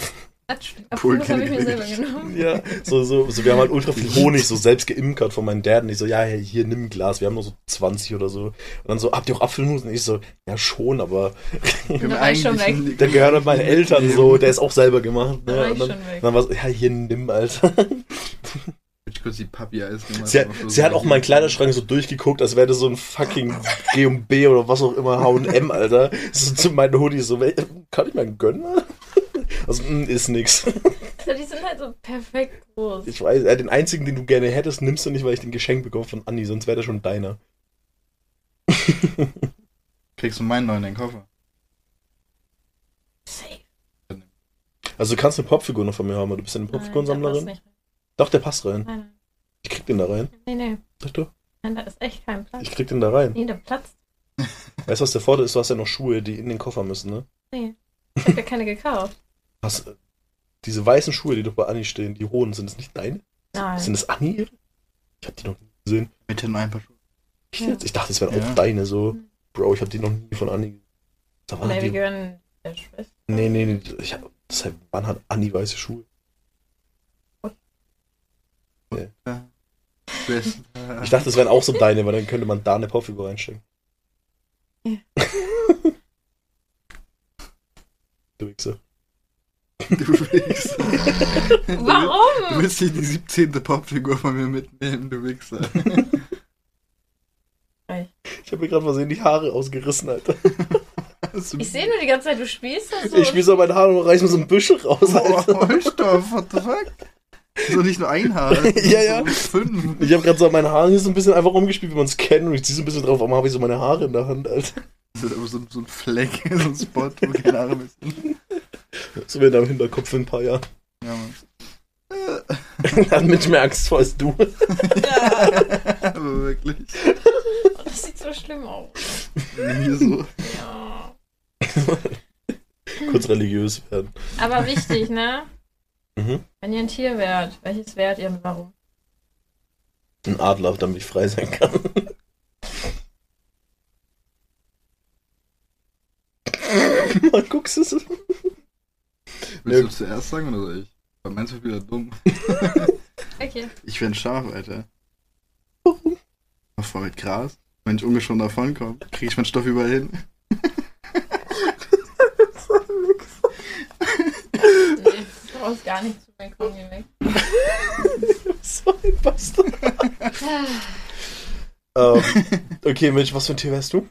Speaker 2: Das stimmt.
Speaker 1: Pulken
Speaker 2: Apfelmus habe ich mir
Speaker 1: nicht.
Speaker 2: selber genommen.
Speaker 3: ja, so, so, so, wir haben halt ultra viel Honig so selbst geimkert von meinen Dad. Und ich so, ja, hey, hier, nimm ein Glas. Wir haben nur so 20 oder so. Und dann so, habt ihr auch Apfelmus? Und ich so, ja, schon, aber
Speaker 1: Wir
Speaker 2: Da war ich schon weg.
Speaker 3: Der gehört halt meinen Eltern so, der ist auch selber gemacht.
Speaker 2: Da war
Speaker 3: Ne?
Speaker 2: ich
Speaker 3: Und dann,
Speaker 2: schon weg.
Speaker 3: dann war so, ja, hier nimm, Alter.
Speaker 1: Ich kurz die Papi-Eis gemacht.
Speaker 3: Sie hat,
Speaker 1: aber so
Speaker 3: sie hat auch
Speaker 1: hier-
Speaker 3: meinen Kleiderschrank so durchgeguckt, als wäre das so ein fucking G&B oder was auch immer, H&M, Alter. So zu meinen Hoodies so, wel- kann ich mir einen gönnen? Alter? Also, mm, ist nix.
Speaker 2: Also die sind halt so perfekt groß.
Speaker 3: Ich weiß, äh, den einzigen, den du gerne hättest, nimmst du nicht, weil ich den Geschenk bekomme von Andi, sonst wäre der schon deiner.
Speaker 1: Kriegst du meinen neuen in den Koffer?
Speaker 2: Safe.
Speaker 3: Also du kannst eine Popfigur noch von mir haben, aber du bist ja eine
Speaker 2: Nein, da
Speaker 3: Popfigurensammlerin.
Speaker 2: passt nicht.
Speaker 3: Doch, der passt rein.
Speaker 2: Nein,
Speaker 3: Ich krieg den da rein.
Speaker 2: nein, nee, nee.
Speaker 3: Sag doch,
Speaker 2: Nein, da ist echt kein Platz.
Speaker 3: ich krieg den da rein.
Speaker 2: Nee, da platzt.
Speaker 3: Weißt du, was der Vorteil ist? Du hast ja noch Schuhe, die in den Koffer müssen, ne?
Speaker 2: Ich habe ja keine gekauft.
Speaker 3: Was? äh, Diese weißen Schuhe, die doch bei Anni stehen, die hohen, sind es nicht deine? Sind
Speaker 2: Nein.
Speaker 3: es Anni ihre? Ich hab die noch nie gesehen.
Speaker 1: Mit den ein paar Schuhe.
Speaker 3: Ich,
Speaker 2: Ja.
Speaker 3: ich dachte, es wären
Speaker 1: Ja.
Speaker 3: auch deine so.
Speaker 2: Hm.
Speaker 3: Bro, ich hab die noch nie von Anni gesehen. Da waren
Speaker 2: Nee, wir
Speaker 3: die,
Speaker 2: gehören der Schwester.
Speaker 3: nee, nee, nee. Ich hab, das heißt, wann hat Anni weiße Schuhe? Ich dachte, es wären auch so deine, weil dann könnte man da eine Popfigur reinstecken.
Speaker 2: Ja.
Speaker 3: du Wichser.
Speaker 1: du Wichser. Du
Speaker 2: Warum?
Speaker 1: willst nicht die 17. Popfigur von mir mitnehmen, du Wichser.
Speaker 3: Ich habe mir gerade versehen die Haare ausgerissen, Alter.
Speaker 2: Ich sehe nur die ganze Zeit, du spielst das so.
Speaker 3: Ich spiel so meine Haare und reiß mir so ein Büschel raus, Alter.
Speaker 1: Boah, Holstoff, what the fuck? So nicht nur ein Haar.
Speaker 3: Ja, ja.
Speaker 1: So fünf.
Speaker 3: Ich habe gerade so an meinen Haaren hier so ein bisschen einfach rumgespielt, wie man es kennt. Und ich ziehe so ein bisschen drauf, warum habe ich so meine Haare in der Hand, Alter?
Speaker 1: Das ist aber so, so ein Fleck, so ein Spot, wo keine Haare mehr sind.
Speaker 3: So wieder im Hinterkopf in ein paar Jahren.
Speaker 1: Ja, Mann.
Speaker 3: Dann mit mehr Angst vor als du.
Speaker 1: Äh, Aber wirklich.
Speaker 2: Das sieht so schlimm aus.
Speaker 1: Hier so.
Speaker 2: Ja.
Speaker 3: Kurz religiös werden.
Speaker 2: Aber wichtig, ne?
Speaker 3: Mhm.
Speaker 2: Wenn ihr ein Tier wärt, welches wärt ihr und warum?
Speaker 3: Ein Adler, damit ich frei sein kann. Man guckst es.
Speaker 1: Willst
Speaker 3: Ja.
Speaker 1: du zuerst sagen oder soll ich? Weil meins wird wieder dumm.
Speaker 2: Okay.
Speaker 1: Ich wär ein Schaf, Alter. Warum? Voll mit Gras. Wenn ich ungeschoren davonkomme, krieg ich meinen Stoff überall hin.
Speaker 2: Nee, du brauchst gar nicht zu mir kommen, geh weg.
Speaker 3: So ein Bastard. ähm, okay, Mensch, was für ein Tier wärst du?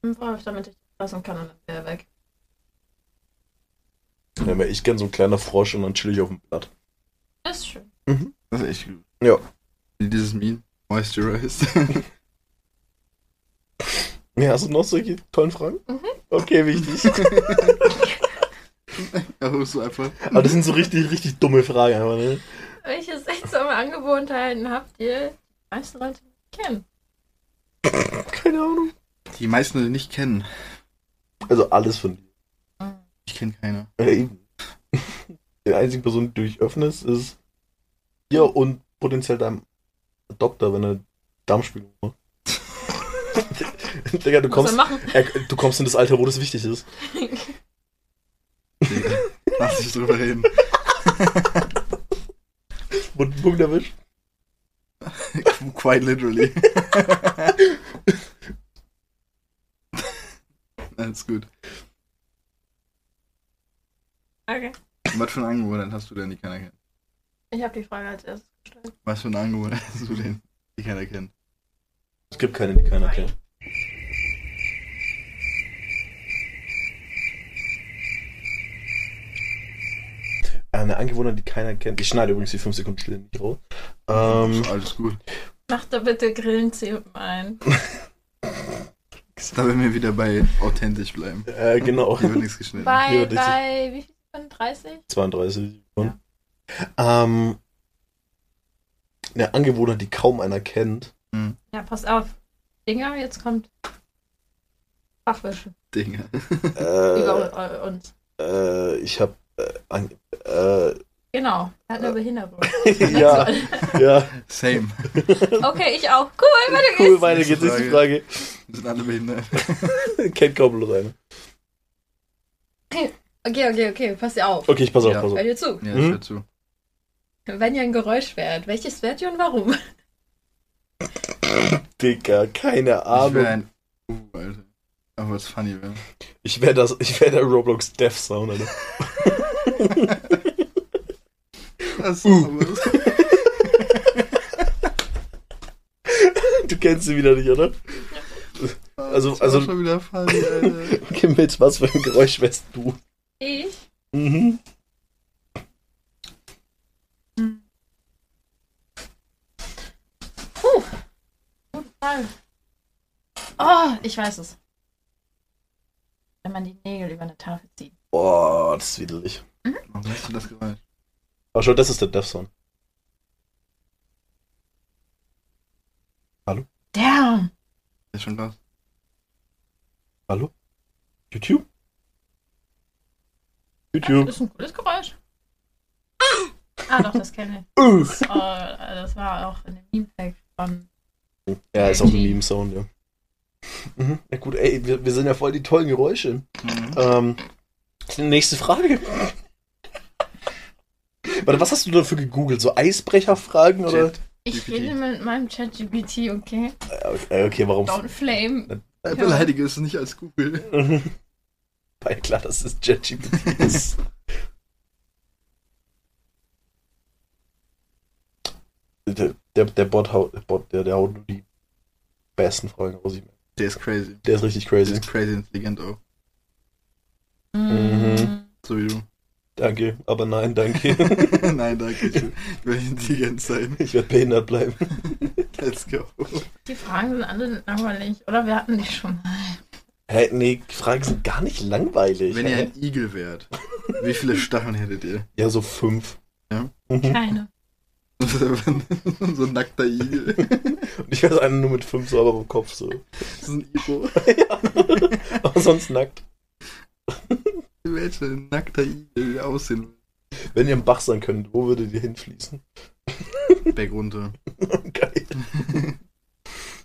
Speaker 2: Dann brauche ich damit ich fressen kann und dann wäre er weg.
Speaker 3: Ja, wär ich gern so ein kleiner Frosch und dann chill ich auf dem Blatt.
Speaker 2: Das ist schön.
Speaker 1: Das ist echt gut.
Speaker 3: Ja.
Speaker 1: Dieses Meme. Moisturized.
Speaker 3: Ja, hast du noch solche tollen Fragen? Okay, wichtig.
Speaker 1: Aber so einfach.
Speaker 3: Aber Ah, das sind so richtig, richtig dumme Fragen einfach, ne?
Speaker 2: Welche seltsame Angewohnheiten habt ihr, die die meisten Leute nicht kennen?
Speaker 3: Keine Ahnung.
Speaker 1: Die meisten Leute nicht kennen.
Speaker 3: Also alles von dir.
Speaker 1: Ich kenne keine.
Speaker 3: Ja, eben. Die einzige Person, die du dich öffnest, ist dir und potenziell deinem Adopter, wenn er Darmspiegelung macht. Digga, du
Speaker 2: Was
Speaker 3: kommst,
Speaker 2: wir machen?
Speaker 3: er, du kommst in das Alter, wo das wichtig ist.
Speaker 1: Digga. Lass dich drüber reden.
Speaker 3: Wund- Punkt erwischt.
Speaker 1: Quite literally. Alles gut.
Speaker 2: Okay.
Speaker 1: Was für eine Angewohnheit hast du denn, die keiner kennt?
Speaker 2: Ich habe die Frage als erstes gestellt.
Speaker 1: Was für eine Angewohnheit hast du denn, die keiner kennt?
Speaker 3: Es gibt keine, die keiner kennt. Eine Angewohnheit, die keiner kennt. Ich schneide übrigens die 5 Sekunden Stille nicht raus. Ähm,
Speaker 1: Ist Alles gut.
Speaker 2: Mach da bitte Grillenzirpen ein.
Speaker 1: Da werden wir wieder bei authentisch bleiben.
Speaker 3: äh, genau.
Speaker 1: Hier wird nichts geschnitten.
Speaker 2: Bei,
Speaker 3: Ja, das-
Speaker 2: bei, wie viel sind 30?
Speaker 3: 32. Sekunden. Ähm, eine Angewohnheit, die kaum einer kennt.
Speaker 2: Ja, pass auf. Dinger, jetzt kommt Fachwissen
Speaker 1: Dinge.
Speaker 3: Äh,
Speaker 2: über äh, uns.
Speaker 3: äh, ich habe äh, an- äh,
Speaker 2: Genau, er hat eine Behinderung.
Speaker 3: ja, ja.
Speaker 1: Same.
Speaker 2: Okay, ich auch. Cool, weiter geht's.
Speaker 3: Cool, weiter geht's. Nächste Frage.
Speaker 1: Wir sind alle behindert.
Speaker 3: Kennt kaum bloß eine.
Speaker 2: Okay, okay, okay, pass auf.
Speaker 3: Okay, ich pass auf,
Speaker 1: Ja.
Speaker 3: pass auf.
Speaker 2: Hört ihr zu.
Speaker 1: Ja,
Speaker 3: Mhm.
Speaker 1: ich hör zu.
Speaker 2: Wenn ihr ein Geräusch wärt, welches wärt ihr und warum?
Speaker 3: Digga, keine
Speaker 1: Ich wär
Speaker 3: Ahnung.
Speaker 1: ein. Uh, Alter. Aber es funny wäre.
Speaker 3: Ich wäre das, ich wäre der Roblox Death Sound, Alter.
Speaker 1: Das uh.
Speaker 3: Du kennst sie wieder nicht, oder? Also-
Speaker 1: das
Speaker 3: also-
Speaker 1: war schon wieder funny, Alter.
Speaker 3: Okay, Mitch, was für ein Geräusch wärst du?
Speaker 2: Ich?
Speaker 3: Mhm.
Speaker 2: Puh. Gute Frage. Oh, ich weiß es. Wenn man die Nägel über eine Tafel zieht.
Speaker 3: Boah, das ist widerlich.
Speaker 1: Warum hast du das Geräusch?
Speaker 3: Aber schon, das ist der Death Sound.
Speaker 2: Damn.
Speaker 1: Das ist schon krass.
Speaker 3: Hallo? YouTube?
Speaker 2: Das
Speaker 3: YouTube.
Speaker 2: ist ein cooles Geräusch. Ah, doch, das kenne ich.
Speaker 3: Äh.
Speaker 2: Das, äh, das war auch in dem Meme-Pack von.
Speaker 3: Ja, ist auch ein Meme-Sound, ja. Mhm. Ja gut, ey, wir, wir sind ja voll die tollen Geräusche.
Speaker 1: Mhm.
Speaker 3: Ähm, nächste Frage. Warte, was hast du dafür gegoogelt? So Eisbrecherfragen oder?
Speaker 2: Ich
Speaker 1: GPT.
Speaker 2: rede mit meinem Chat-GPT, okay?
Speaker 3: Äh, Okay, warum?
Speaker 2: Don't flame.
Speaker 1: Äh, Beleidige es nicht als Google.
Speaker 3: Mhm. Weil klar, dass es ChatGPT ist. Der, der, der Bot haut, der, Bot, der, der haut nur die besten Fragen raus. Ich-
Speaker 1: Der ist crazy.
Speaker 3: Der ist richtig
Speaker 1: Der
Speaker 3: crazy.
Speaker 1: ist crazy intelligent auch.
Speaker 2: Mhm.
Speaker 1: So wie du.
Speaker 3: Danke, aber nein, danke.
Speaker 1: Nein, danke. Ich will, ich will intelligent sein.
Speaker 3: Ich werde behindert bleiben.
Speaker 1: Let's go.
Speaker 2: Die Fragen sind alle langweilig. Oder wir hatten die schon mal.
Speaker 3: Hä, nee, die Fragen sind gar nicht langweilig.
Speaker 1: Wenn ihr
Speaker 3: hä?
Speaker 1: ein Igel wärt, wie viele Stacheln hättet ihr?
Speaker 3: ja, so fünf.
Speaker 1: Ja.
Speaker 3: Mhm.
Speaker 2: Keine.
Speaker 1: so ein nackter Igel.
Speaker 3: Und ich weiß einen nur mit fünf sauber im Kopf so.
Speaker 1: So ein Ibo.
Speaker 3: Aber sonst nackt.
Speaker 1: Welcher nackter Igel aussehen will.
Speaker 3: Wenn ihr im Bach sein könnt, wo würdet ihr hinfließen?
Speaker 1: Berg runter.
Speaker 3: Geil.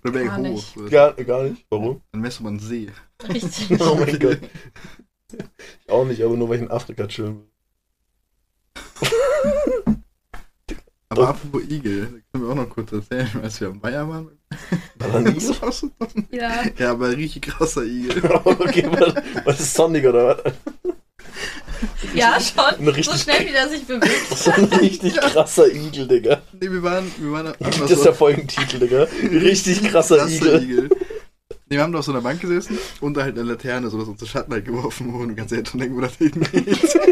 Speaker 1: Oder Berg
Speaker 2: Gar
Speaker 1: hoch.
Speaker 2: nicht.
Speaker 3: Gar, gar nicht. Warum?
Speaker 1: Dann wärst du mal ein See.
Speaker 2: Richtig.
Speaker 3: Oh mein Gott. Ich auch nicht, aber nur weil ich in Afrika chillen will.
Speaker 1: Aber
Speaker 3: Doch.
Speaker 1: apropos Igel, da können wir auch noch kurz erzählen, als wir am Bayer waren.
Speaker 3: War da nie so?
Speaker 1: Das war so dumm.
Speaker 2: Ja.
Speaker 1: ja, aber ein richtig krasser Igel.
Speaker 3: okay, was, was ist Sonic oder was?
Speaker 2: ja, schon.
Speaker 3: Eine
Speaker 2: So
Speaker 3: richtig-
Speaker 2: schnell, wie der sich bewegt.
Speaker 3: So ein richtig krasser Igel, Digga.
Speaker 1: Nee, wir waren, wir waren
Speaker 3: Das ist der Folgentitel, Digga. Richtig krasser Igel.
Speaker 1: Nee, wir haben da auf so einer Bank gesessen und da halt eine Laterne, sodass unser Schatten halt geworfen wurde und ganz ehrlich schon denken, wo das hingeht.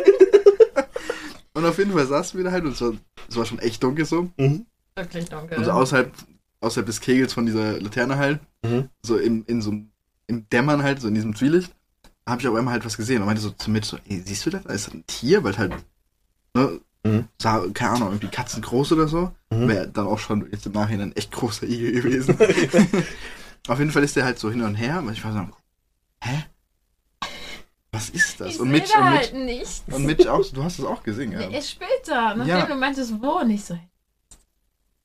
Speaker 1: und auf jeden Fall saßen wir da halt und es war, es war schon echt dunkel so.
Speaker 3: Mhm.
Speaker 2: Wirklich dunkel.
Speaker 1: Und so Also außerhalb, außerhalb des Kegels von dieser Laterne halt,
Speaker 3: Mhm.
Speaker 1: so in, in so einem- im Dämmern halt, so in diesem Zwielicht, habe ich auf einmal halt was gesehen und meinte so zu mir so, ey, siehst du das? Da Ist das ein Tier? Weil halt, ne,
Speaker 3: Mhm.
Speaker 1: sah, keine Ahnung, irgendwie katzengroß oder so.
Speaker 3: Mhm.
Speaker 1: Wäre dann auch schon jetzt im Nachhinein echt großer Igel gewesen. auf jeden Fall ist der halt so hin und her und ich war so, hä? Was ist das?
Speaker 2: ich
Speaker 1: Und
Speaker 2: seh
Speaker 1: Mitch,
Speaker 2: da
Speaker 1: und Mitch,
Speaker 2: halt nicht.
Speaker 1: und Mitch auch, du hast es auch gesehen, ja.
Speaker 2: Nee, erst später, nachdem
Speaker 1: Ja.
Speaker 2: du meintest, wo nicht so.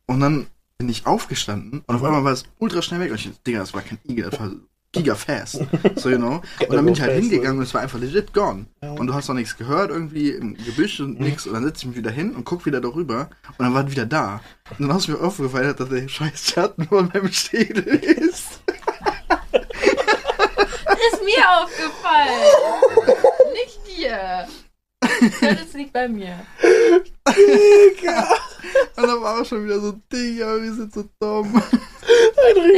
Speaker 1: Und dann bin ich aufgestanden und auf einmal war es ultra schnell weg. Und ich, Digga, das war kein Igel, das war gigafast. So, you know. Und dann bin ich halt hingegangen und es war einfach legit gone.
Speaker 3: Ja.
Speaker 1: Und du hast noch nichts gehört, irgendwie im Gebüsch und nix. Und dann setze ich mich wieder hin und guck wieder darüber. Und dann war es wieder da. Und dann hast du mir aufgefallen, dass der scheiß Schatten von meinem Schädel ist.
Speaker 2: Ist mir aufgefallen. nicht dir. Das liegt bei mir.
Speaker 1: Und dann war auch schon wieder so, Digga, wir sind so dumm.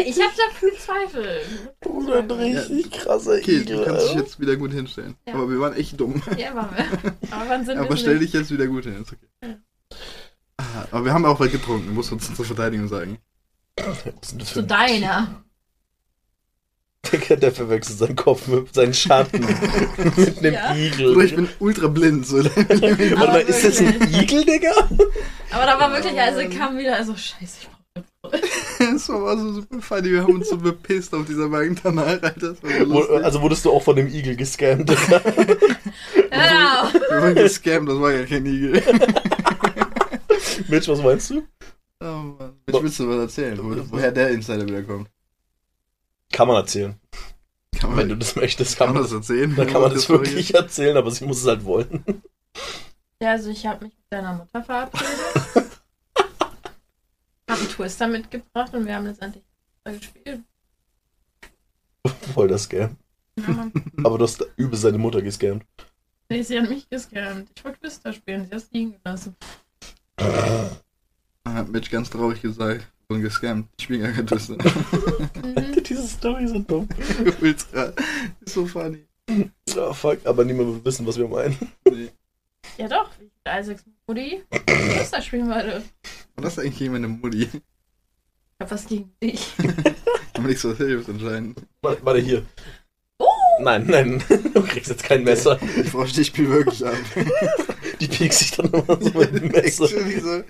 Speaker 2: Ich habe da gezweifelt.
Speaker 3: Bruder, ein richtig krasser
Speaker 1: Okay,
Speaker 3: Igel.
Speaker 1: du kannst dich
Speaker 3: Alter.
Speaker 1: jetzt wieder gut hinstellen.
Speaker 2: Ja.
Speaker 1: Aber wir waren echt dumm.
Speaker 2: Ja, waren wir. Aber wann sind
Speaker 1: Aber
Speaker 2: wir
Speaker 1: stell dich jetzt wieder gut hin, ist okay. Ah, Aber wir haben auch was getrunken, muss uns zur Verteidigung sagen.
Speaker 3: Was ist denn das für
Speaker 2: zu
Speaker 3: ein
Speaker 2: deiner.
Speaker 3: Digga, der verwechselt seinen Kopf mit seinen Schatten. mit einem
Speaker 2: Ja.
Speaker 1: Oder
Speaker 3: Igel.
Speaker 1: ich bin ultra blind. So.
Speaker 3: Warte
Speaker 2: Aber
Speaker 3: mal, ist das ein
Speaker 2: wirklich.
Speaker 3: Igel, Digga?
Speaker 2: Aber da war wirklich, also kam wieder, also scheiße, ich brauche eine Brille.
Speaker 1: Das war aber so super funny. Wir haben uns so bepisst auf dieser Bank danach, Alter. Das war so
Speaker 3: Wo-
Speaker 1: lustig.
Speaker 3: Also wurdest du auch von dem Igel gescammt, Digga.
Speaker 2: Genau.
Speaker 1: Wir wurden gescampt, das war gar kein Igel.
Speaker 3: Mitch, was meinst du?
Speaker 1: Oh Mann. Ich willst du was erzählen, wo, woher der Insider wieder kommt.
Speaker 3: Kann man erzählen.
Speaker 1: Kann man,
Speaker 3: Wenn du das möchtest,
Speaker 1: kann
Speaker 3: kann
Speaker 1: man
Speaker 3: man das.
Speaker 1: das erzählen?
Speaker 3: Dann kann man das
Speaker 1: Sorry.
Speaker 3: wirklich erzählen, aber sie muss es halt wollen.
Speaker 2: Ja, also ich habe mich mit deiner Mutter verabredet. hab einen Twister mitgebracht und wir haben letztendlich gespielt.
Speaker 3: Voll das Scam.
Speaker 2: Ja,
Speaker 1: Hm.
Speaker 3: Aber du hast übel seine Mutter gescammt.
Speaker 2: nee, sie hat mich gescammt. Ich wollte Twister spielen, sie hat es liegen gelassen.
Speaker 1: Dann hat Ah, Mitch ganz traurig gesagt. Und gescampt. Ich bin gar kein Twister.
Speaker 2: Mhm.
Speaker 3: Diese Story sind dumm.
Speaker 1: Ultra. Ist so funny.
Speaker 3: Oh, fuck, aber niemand will wissen, was wir meinen.
Speaker 1: Nee.
Speaker 2: Ja doch, wie Isaacs Mutti Twister spielen wollte. Ich
Speaker 1: Und das ist eigentlich meine Mutti.
Speaker 2: hab was gegen dich.
Speaker 1: Aber nichts was hilft anscheinend.
Speaker 3: Warte, warte hier.
Speaker 2: Oh!
Speaker 3: Nein, nein, du kriegst jetzt kein Messer.
Speaker 1: Die Frau sticht mir wirklich ab.
Speaker 3: Die piekst sich dann immer so mit dem Messer.
Speaker 1: Actually so.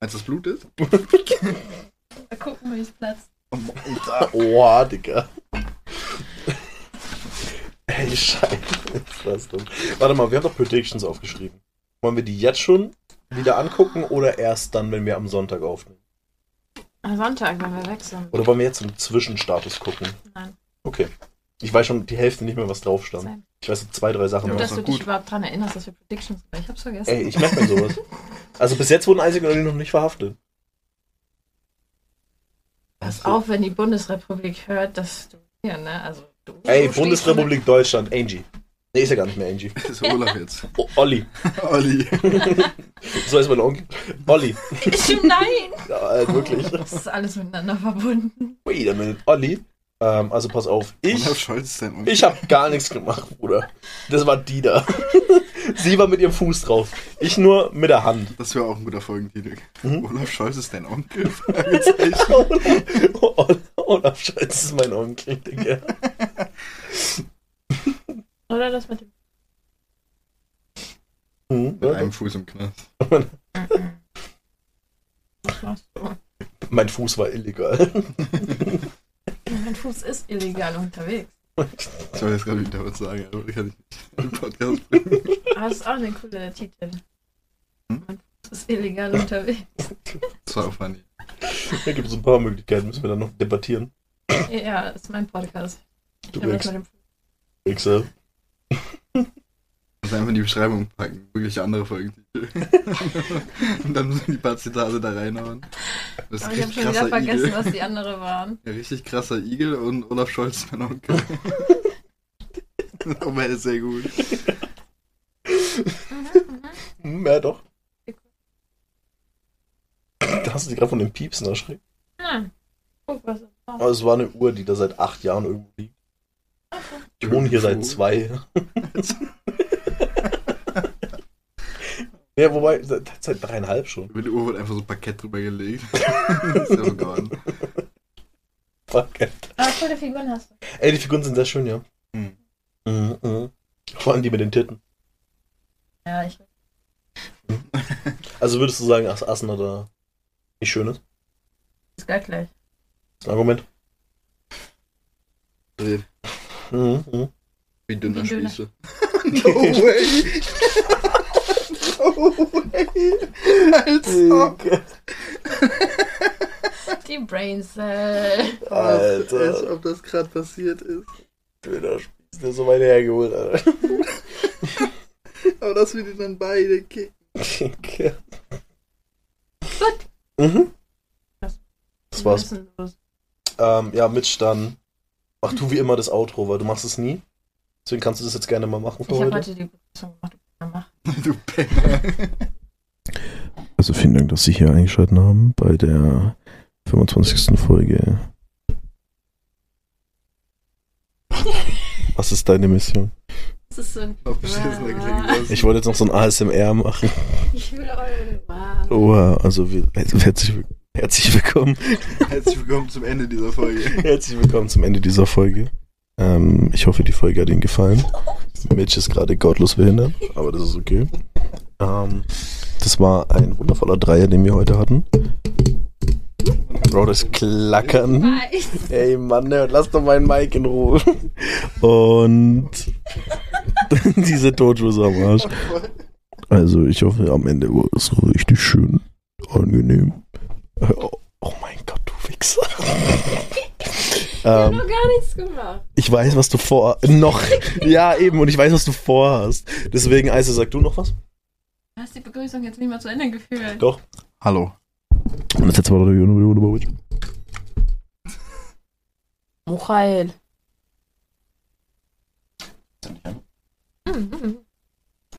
Speaker 1: Als das Blut ist?
Speaker 2: Mal gucken, wie es platzt.
Speaker 1: Oh Mann.
Speaker 3: Oha, Oh, Digga. Ey, scheiße. Das ist dumm. Warte mal, wir haben doch Predictions aufgeschrieben. Wollen wir die jetzt schon wieder angucken oder erst dann, wenn wir am Sonntag aufnehmen?
Speaker 2: Am Sonntag, wenn wir weg sind.
Speaker 3: Oder wollen wir jetzt einen Zwischenstatus gucken?
Speaker 2: Nein.
Speaker 3: Okay. Ich weiß schon die Hälfte nicht mehr, was drauf stand.
Speaker 2: Sein.
Speaker 3: Ich weiß so zwei, drei Sachen.
Speaker 2: Nur,
Speaker 1: Ja,
Speaker 3: noch.
Speaker 1: das
Speaker 2: dass
Speaker 1: war
Speaker 2: du dich
Speaker 1: gut.
Speaker 2: überhaupt dran erinnerst, dass wir Predictions waren. Ich hab's vergessen.
Speaker 3: Ey, ich merke mir sowas. Also bis jetzt wurden Isaac und Olli noch nicht verhaftet.
Speaker 2: Pass auf, wenn die Bundesrepublik hört, dass du hier, ne? Also du.
Speaker 3: Ey,
Speaker 2: du stehst
Speaker 3: Bundesrepublik Deutschland, Angie. Nee, ist ja gar nicht mehr Angie.
Speaker 1: Das ist Olaf jetzt.
Speaker 3: O Olli.
Speaker 1: Olli.
Speaker 3: So heißt mein Onkel. Olli.
Speaker 2: damit- Ich, nein!
Speaker 3: Ja, äh, wirklich.
Speaker 2: Das ist alles miteinander verbunden.
Speaker 3: Wait a minute, Olli. Ähm, also pass auf, ich,
Speaker 1: Olaf Scholz ist dein Onkel.
Speaker 3: ich habe gar nichts gemacht, Bruder. Das war die da. Sie war mit ihrem Fuß drauf. Ich nur mit der Hand.
Speaker 1: Das wäre auch ein guter Folgentitel.
Speaker 3: Mhm.
Speaker 1: Olaf Scholz ist dein Onkel?
Speaker 3: Olaf, Olaf Scholz oh, ist mein Onkel, Digga.
Speaker 2: Oder das mit dem.
Speaker 3: Mhm.
Speaker 1: Mit einem Fuß im Knast.
Speaker 2: Das war's so.
Speaker 3: Mein Fuß war illegal.
Speaker 2: Mein Fuß ist illegal unterwegs.
Speaker 1: Ich soll jetzt gerade wieder was sagen, aber das kann ich nicht im Podcast bringen.
Speaker 2: Aber Ah, das ist auch eine coole Titel.
Speaker 1: Hm?
Speaker 2: Mein Fuß ist illegal unterwegs.
Speaker 1: Das war auch funny.
Speaker 3: Da gibt es ein paar Möglichkeiten, müssen wir dann noch debattieren.
Speaker 2: Ja, das ist mein Podcast. Ich
Speaker 3: Du
Speaker 2: glaub, das
Speaker 3: wirkst.
Speaker 2: mit dem Fuß.
Speaker 3: Excel.
Speaker 1: Das einfach in die Beschreibung packen. Wirklich andere Folgentitel. Und dann müssen die paar Zitate da reinhauen. Das ist
Speaker 2: Aber
Speaker 1: ein
Speaker 2: ich habe
Speaker 1: richtig
Speaker 2: schon wieder
Speaker 1: krasser
Speaker 2: vergessen,
Speaker 1: Igel.
Speaker 2: was die andere waren.
Speaker 1: Ein richtig krasser Igel und Olaf Scholz ist mein Onkel. Oh, das ist sehr gut.
Speaker 3: Hm, ja, doch. Da hast du dich gerade von dem Piepsen erschreckt.
Speaker 2: Nein. Ah. Guck, was das war.
Speaker 3: Aber es war eine Uhr, die da seit acht Jahren irgendwo liegt. Ich wohne hier seit zwei. ja, wobei, seit, seit dreieinhalb schon.
Speaker 1: Über die Uhr wird einfach so ein Parkett drüber gelegt. das ist ja begonnen.
Speaker 3: Fuck.
Speaker 2: Ah, coole Figuren hast du.
Speaker 3: Ey, die Figuren sind sehr schön, ja.
Speaker 1: Mhm.
Speaker 3: Mhm, mhm. Vor allem die mit den Titten.
Speaker 2: Ja, ich.
Speaker 3: Also würdest du sagen, ach, Assen hat da nicht schön ist?
Speaker 2: Ist gar gleich.
Speaker 3: Ist ein Argument.
Speaker 1: Wie
Speaker 3: Mhm, mhm.
Speaker 1: dünner
Speaker 2: Wie dünner.
Speaker 1: Spieße. No way! no way! Als ob.
Speaker 2: Die äh, Brain Cell.
Speaker 3: Alter.
Speaker 1: Als ob das gerade passiert ist.
Speaker 3: Döner spießt der so weit hergeholt, Alter.
Speaker 1: Aber dass wir die dann beide kicken.
Speaker 3: Gut.
Speaker 2: Gut.
Speaker 3: Mhm.
Speaker 2: Das-
Speaker 3: Das war's.
Speaker 2: Wir müssen los.
Speaker 3: Ähm, ja, Mitch, dann mach du wie immer das Outro, weil du machst es nie. Deswegen kannst du das jetzt gerne mal machen für
Speaker 2: Ich habe
Speaker 3: heute.
Speaker 2: heute die Begrüßung gemacht. die ich da mache.
Speaker 1: Du Penner.
Speaker 3: Also vielen Dank, dass Sie hier eingeschaltet haben bei der 25. Folge. Was ist deine Mission?
Speaker 2: Das ist so ein.
Speaker 1: Auf beschissener Klinge.
Speaker 3: Ich wollte jetzt noch so ein ASMR machen.
Speaker 2: Ich will euren Mann.
Speaker 3: Oha, also wir, herzlich, herzlich willkommen.
Speaker 1: Herzlich willkommen zum Ende dieser Folge.
Speaker 3: Herzlich willkommen zum Ende dieser Folge. Ähm, ich hoffe, die Folge hat Ihnen gefallen. Mitch ist gerade gottlos behindert, aber das ist okay. Ähm, das war ein wundervoller Dreier, den wir heute hatten. Bro, das Klackern.
Speaker 2: Weiß.
Speaker 3: Ey Mann, hört, lass doch meinen Mike in Ruhe. Und diese Tojo ist am Arsch. Also ich hoffe, am Ende war es richtig schön, angenehm. Äh, Oh, oh mein Gott, du Wichser.
Speaker 2: Ich habe
Speaker 3: ähm,
Speaker 2: noch gar nichts gemacht.
Speaker 3: ich weiß, was du vor... Noch. Ja, eben. Und ich weiß, was du vorhast. Deswegen, Eise, sag du noch was?
Speaker 2: Du hast die Begrüßung jetzt nicht mal zu Ende geführt.
Speaker 3: Doch.
Speaker 1: Hallo.
Speaker 3: Und das jetzt war der
Speaker 2: Michael.
Speaker 1: Ist er nicht an?